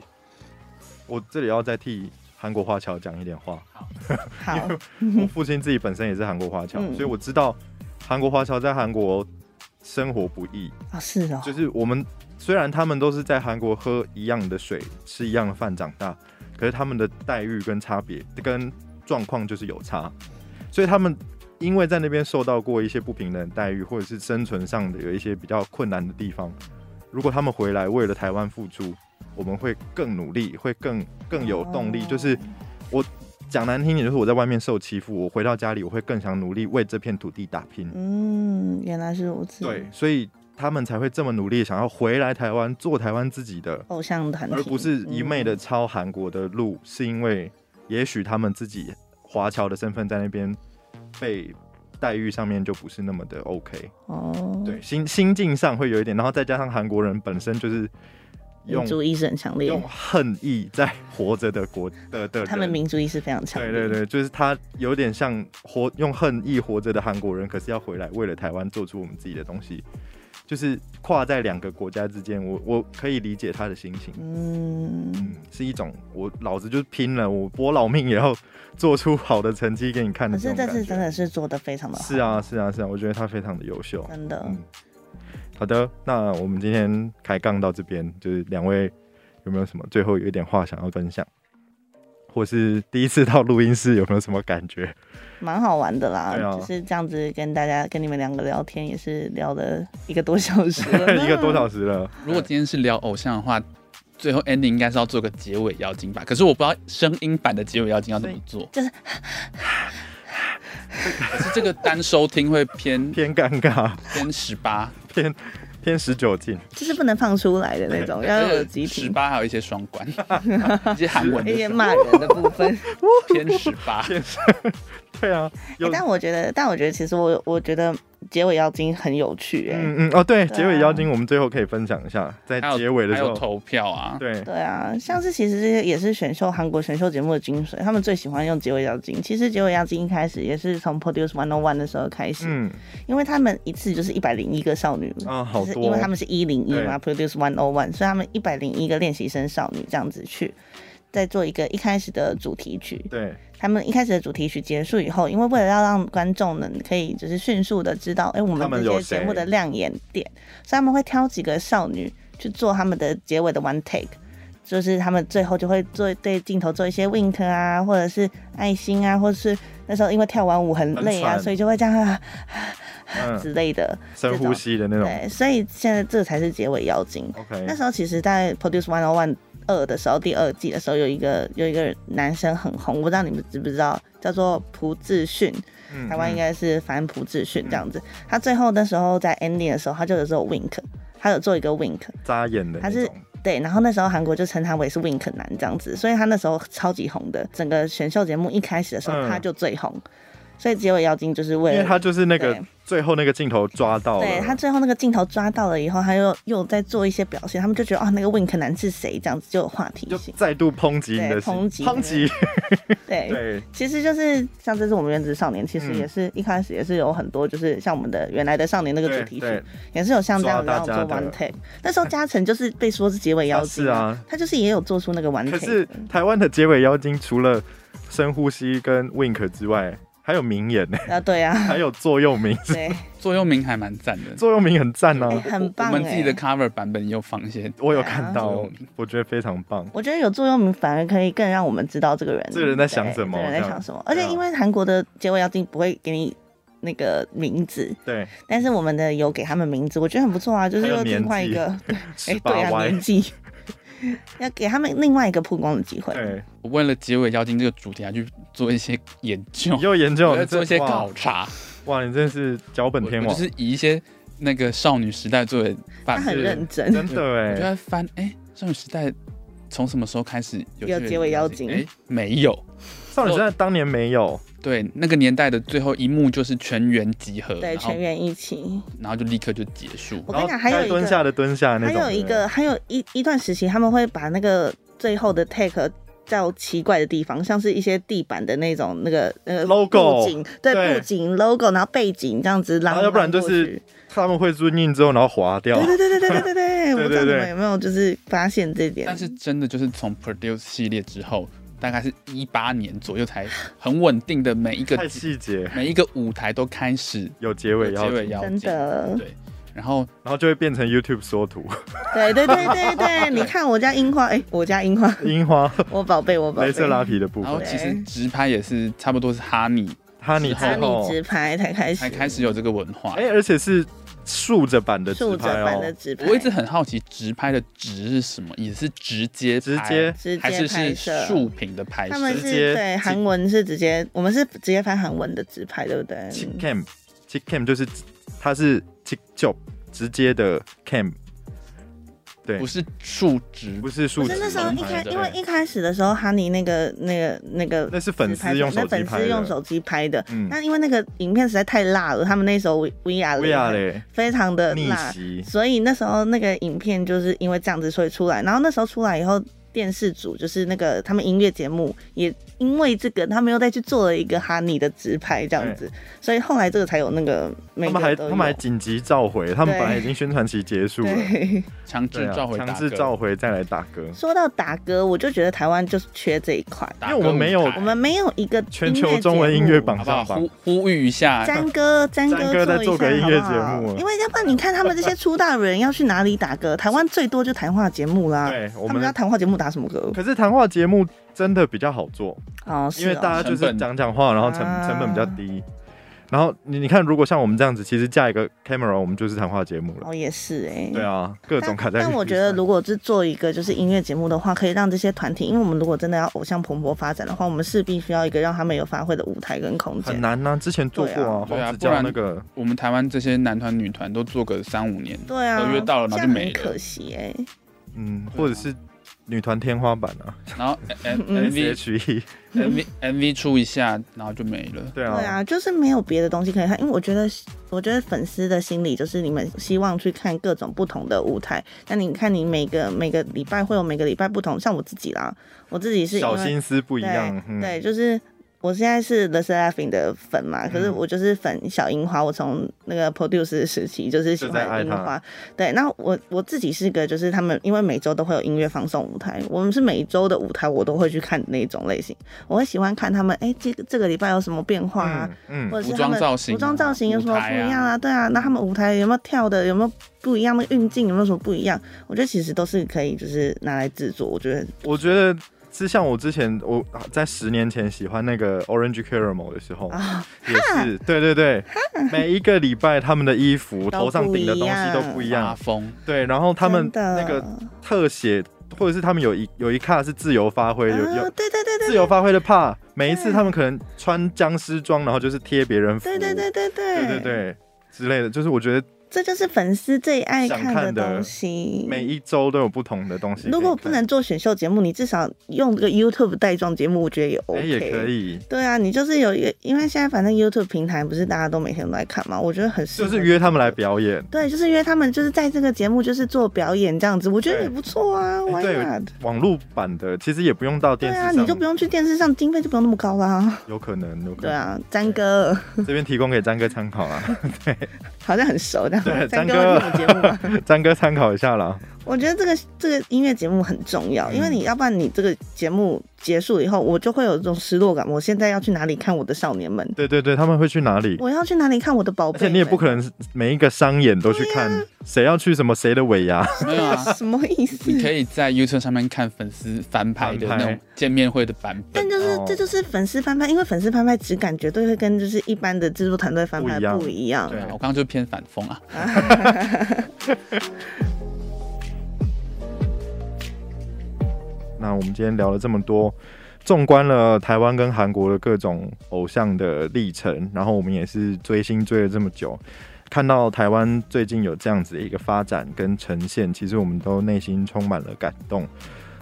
我这里要再替韩国华侨讲一点话， [laughs]
好，
我父亲自己本身也是韩国华侨，
嗯
所以我知道韩国华侨在韩国生活不易。
啊是哦
就，是我们虽然他们都是在韩国喝一样的水、吃一样的饭长大，可是他们的待遇跟差别跟状况就是有差，所以他们因为在那边受到过一些不平等的待遇，或者是生存上的有一些比较困难的地方，如果他们回来为了台湾付出，我们会更努力，会更更有动力。
哦
就是我讲难听点，就是我在外面受欺负，我回到家里，我会更想努力为这片土地打拼。
嗯，原来是如此。
对，，所以他们才会这么努力，想要回来台湾做台湾自己的，
偶像团体，嗯
而不是一昧的抄韩国的路，是因为也许他们自己华侨的身份在那边被待遇上面就不是那么的 OK，
哦，
对，心心境上会有一点，然后再加上韩国人本身就是用
民族意识很强烈
用，恨意在活着的国的的人
他们民族意识非常强
对
烈。
对对，就是他有点像活用恨意活着的韩国人，可是要回来为了台湾做出我们自己的东西，就是跨在两个国家之间，我我可以理解他的心情。
嗯，
嗯，是一种我老子就是拼了，我搏老命也要做出好的成绩给你看的
可
这
哦是
种
这
感觉。
次真的是做的非常的好，
是啊，是啊，是啊，我觉得他非常的优秀。
真的。
嗯，好的，那我们今天开杠到这边，就是两位有没有什么最后有一点话想要分享，或是第一次到录音室有没有什么感觉？
蛮好玩的啦，
对啊
就是这样子跟大家跟你们两个聊天，也是聊了一个多小时了呢
[laughs] 一个多小时了，
如果今天是聊偶像的话，最后 ending 应该是要做个结尾妖精吧？可是我不知道声音版的结尾妖精要怎么做，
就是
[laughs] 可是这个单收听会偏
偏尴尬， [laughs]
偏十八，
偏偏十九禁。
就是不能放出来的
[laughs]
那种，要有耳机
十
听，
八还有一些双关， [laughs] 一些韩文
一些
的
骂人的部分。
[laughs] 偏十八。
对啊，
欸
有、
但我觉得，但我觉得其实我我觉得结尾妖精很有趣、欸，
嗯嗯哦，对，
对啊
结尾妖精我们最后可以分享一下，在
还有
结尾的时
还
候，
有投票啊，
对
对啊，像是其实这些也是选秀韩国选秀节目的精髓，他们最喜欢用结尾妖精。其实结尾妖精一开始也是从 Produce One On One 的时候开始，
嗯
因为他们一次就是一百零一个少女嘛，
啊，好
就是
多，
因为他们是一零一嘛，Produce One O One，所以他们一百零一个练习生少女这样子去。再做一个一开始的主题曲，
对
他们一开始的主题曲结束以后，因为为了要让观众呢可以就是迅速的知道，哎、我
他们
们这
有
些
谁
节目的亮眼点，所以他们会挑几个少女去做他们的结尾的 one take，就是他们最后就会做对镜头做一些 wink 啊，或者是爱心啊，或者是那时候因为跳完舞很
很
累啊，
喘
所以就会这样啊
嗯，
之类的，
深呼吸的那种
对，所以现在这才是结尾妖精。
，OK，
那时候其实，在 Produce One O One 二的时候，第二季的时候，有一个有一个男生很红，我不知道你们知不知道，叫做朴智勋，
嗯
台湾应该是反朴智勋这样子。他最后那时候在 ending 的时候，他就有时候 wink，他有做一个 wink，
嗯扎眼的那
他是
种，
对，然后那时候韩国就称他为是 wink 男这样子，所以他那时候超级红的，整个选秀节目一开始的时候
嗯
他就最红，所以结尾妖精就是为
因为
了
他就是那个
对
最后那个镜头抓到了，
对他最后那个镜头抓到了以后，他又又在做一些表现，他们就觉得啊、那个 Wink 男是谁，这样子就有话题
就
性。
再度抨击你的
对抨击
抨击，
对，
对，
其实就是像这次我们原子少年，其实
嗯
也是、一开始也是有很多，就是像我们的原来的少年那个主
对
题
对
曲，也是有像这样子
抓
让
大
我
家
做
的
One Take。那时候嘉诚就是被说是结尾妖
[laughs] 啊是
精、
啊
他就是也有做出那个 One
可
Take。
是台湾的结尾妖精除了深呼吸跟 wink 之外，还有名
[laughs]
言呢，
啊，对啊，
[laughs] 还有座右铭，
对，
座右铭还蛮赞的，
座右铭很赞啊
哎、，很棒、
我
哎。
们自己的 cover 版本也有放一些，
我有看
对啊
到
座右铭，
我觉得非常棒。
我觉得有座右铭反而可以更让我们知道这个人
这个人在想什么
对这个人
这
在
样
想什么。
对
而
啊
且因为韩国的结尾妖精不会给你那个名字，
对，
但是我们的有给他们名字，我觉得很不错啊，就是
还有
又
年纪
另
[laughs]
外一个，对
十
哎，
八
对啊，
歪
年，纪 [laughs] 要给他们另外一个曝光的机会。
对，
我为了结尾妖精这个主题还去做一些研究
[laughs] 你，又研究，
我在
你真
做一些
哇
考察，
哇，你真是脚本
我
天
我
王
就，是以一些那个少女时代作为
他
版
很
本，
认真，
真的
[laughs] 我就
哎，
在翻，哎、少女时代从什么时候开始有
有结尾妖精
哎、没有，
少女时代当年没有，
对，那个年代的最后一幕就是全员集合，
对，
然后
全员一起。
然后就立刻就结束
我。
然后
跟你讲，还有
该
一
蹲下
个，
的蹲下那
还
种，
有一个，还有一一段时期，他们会把那个最后的 take 叫奇怪的地方，像是一些地板的那种那个那个
Logo，
布景，对
对
布景 logo，然后背景这样子拉
然
过
后
去，
要不然就是他们会遵印之后然后划掉
对。对对对对对对
[laughs]
对，我不知道
对对对
你们有没有就是发现这点，
但是真的就是从 Produce 系列之后，大概是一八年左右才很稳定的每一个
太细节，
每一个舞台都开始
有结尾要
结尾
紧，
妖
真
精，
的，
对，然后
然后就会变成 YouTube 缩图， [laughs]
对对对对对，你看我家樱花，哎，我家
[laughs]
樱花，
樱花、
我宝贝，我宝贝
镭，射拉皮的部
然后
分，
其实直拍也是差不多是哈尼
哈尼
把
之
你
后，
直拍才开始
才，开始有这个文化。
哎，而且是竖着版的
竖
直
着
拍
版的
哦，
直拍，
我一直很好奇，直拍的“直”是什么？也是直接
直
拍
接
直
还是
接拍
是
摄。
竖屏的拍摄
他？们
直
是
接
对
直
韩文是直接，我们是直接翻韩文的直拍，对不对？
c cam c cam 就是它是 c j o b 直接的 cam，对
不是数值，
不是数
不
值
是
的
那时候一开，
对
因为一开始的时候，哈尼那个、那个、那个，
那是粉丝用手机
那粉
拍的
丝用手机拍的
嗯。
那因为那个影片实在太辣了，他们那时候 VR
对啊嘞，
非常的
逆
辣，
袭
所以那时候那个影片就是因为这样子所以出来，然后那时候出来以后。电视组就是那个他们音乐节目，也因为这个，他们又再去做了一个哈尼的直拍这样子，所以后来这个才有那个每
他
个
们还
都
他
有
们还紧急召回，他们本来已经宣传期结束了，
对，
强制
对啊
召回打歌，
强制召回再来打歌，
说到打歌，我就觉得台湾就是缺这一块，
打
因为我们
歌舞
没有
台
我们没有一个
全球中文音乐
节目。
榜
好不
上
好？
榜
呼。呼吁一下，
詹哥，詹
詹哥
哥
在
一
做个
下
音乐
好不好
节目
因为要不然你看他们这些出道人要去哪里打歌？台湾最多就谈话节目啦，
[laughs] 对我们
他们要谈话节目打什么歌？
可是谈话节目真的比较好做，
哦，是
因为
哦
大家就
成
是
本
讲讲话，然后成
啊
成本比较低。然后你你看，如果像我们这样子，其实架一个 camera，我们就是谈话节目了。
哦也是哎、
对。啊，各种卡在
但。但我觉得，如果是做一个就是音乐节目的话，可以让这些团体，因为我们如果真的要偶像蓬勃发展的话，我们是必须要一个让他们有发挥的舞台跟空
很
间。
难呐、之前做过啊，
对啊
黄子
对啊
佼那个，
我们台湾这些男团女团都做个三五年，
对啊，
合约到了然
这
后
样
就没
很
了
可惜哎、
嗯，或者是女团天花板啊 E
然
[laughs]
后 M
嗯
V
，SHE，
M V M V 出一下，然后就没了。
对
对
啊，
啊，就是没有别的东西可以看，因为我觉得，我觉得粉丝的心理就是你们希望去看各种不同的舞台。那你看，你每个每个礼拜会有每个礼拜不同，像我自己啦，我自己是因
小
为
心思不一样
对、，
嗯
对，就是我现在是 The Seraphim 的粉嘛，可是
嗯
我就是粉小樱花，我从那个 Produce 时期就是喜
就在爱
欢樱
她
花。对，那我我自己是个就是他们因为每周都会有音乐放送舞台，我们是每周的舞台我都会去看那种类型，我会喜欢看他们哎、这个这个礼拜有什么变化啊。
嗯嗯，
或者是
服
他
装
们
造型啊
服装造型有什么不一
舞台
样
啊
啊？对啊，那他们舞台有没有跳的，有没有不一样的运镜，有没有什么不一样？我觉得其实都是可以，就是拿来制作。我觉得
我觉得是像我之前我啊在十年前喜欢那个 Orange Caramel 的时候，
啊，
也是，对对对，每一个礼拜他们的衣服、
都
头上顶的东西
不一样
都不一
发
样，
疯，
对，然后他们
真的
那个特写，或者是他们有一有一卡是自由发挥，有
啊
有
对对对对，
自由发挥的 part，每一次他们可能穿僵尸装，然后就是贴别人服，
对对对对对
对对对之类的，就是我觉得
这就是粉丝最爱
想
看
看的
东西。
每一周都有不同的东西可以看，
嗯如果不能做选秀节目，你至少用这个 YouTube 带状节目，我觉得也
哎
OK。
也可。以，
对啊，你就是有一个，因为现在反正 YouTube 平台不是大家都每天都来看嘛，我觉得很适
就
合
是约他们来。表演。
对，就是约他们，就是在这个节目就是做表演这样子，我觉得
对
也不错啊。
哎
Why
对
not？，
网络版的其实也不用到
对
电视
啊，
上，
你就不用去电视上，经费就不用那么高啦。
有可能，有可
对
能。
啊，詹哥
这边提供给詹哥参考啊，
[laughs] 好像很熟，这
对
样。
詹
詹
哥
哥会听我节目吗？
[laughs] 詹哥参考一下啦。
我觉得这个这个音乐节目很重
嗯
要，因为你要不然你这个节目结束以后，我就会有一种失落感。我现在要去哪里看我的少年们？
对对对，他们会去哪里？
我要去哪里看我的宝
嗯而
贝
且
们？
你也不可能每一个商演都去看，谁要去什么谁的尾牙，
没有啊。
[laughs] 什么意思？
你可以在 YouTube 上面看粉丝翻拍的
翻
那
拍
种见面会的版本啊
但，就是
哦
这就是粉丝翻拍，因为粉丝翻拍只感绝对会跟就是一般的制作团队翻
不
拍
一样
不一样。
对
对啊，我刚刚就偏反风啊。
那我们今天聊了这么多，纵观了台湾跟韩国的各种偶像的历程，然后我们也是追星追了这么久，看到台湾最近有这样子的一个发展跟呈现，其实我们都内心充满了感动。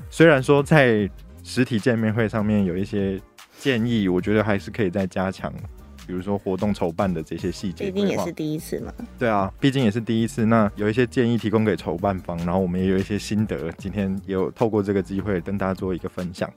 虽然说在实体见面会上面有一些建议，我觉得还是可以再加强，比如说活动筹办的这些细节
毕
规划。
竟也是第一次嘛，
对啊，毕竟也是第一次，那有一些建议提供给筹办方，然后我们也有一些心得，今天也有透过这个机会跟大家做一个分享。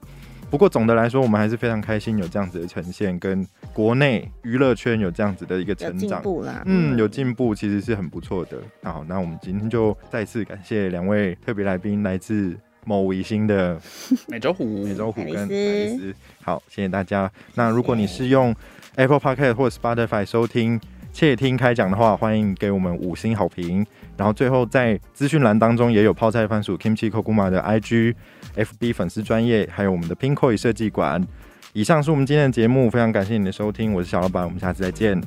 不过总的来说，我们还是非常开心有这样子的呈现，跟国内娱乐圈有这样子的一个
有
成
进
长。
步啦。
嗯，有进步其实是很不错的。那好，那我们今天就再次感谢两位特别来宾，来自某维新的
每周五，
美洲虎跟
海
爱
丽丝
丽丝。好，谢谢大家。那如果你是用 Apple Podcast 或 Spotify 收听窃听开讲的话，欢迎给我们五星好评。然后最后在资讯栏当中也有泡菜番薯 Kimchi Kokuma 的 IG、FB 粉丝专业，还有我们的 Pinkoi 设计馆。以上是我们今天的节目，非常感谢你的收听，我是小老板，我们下次再见，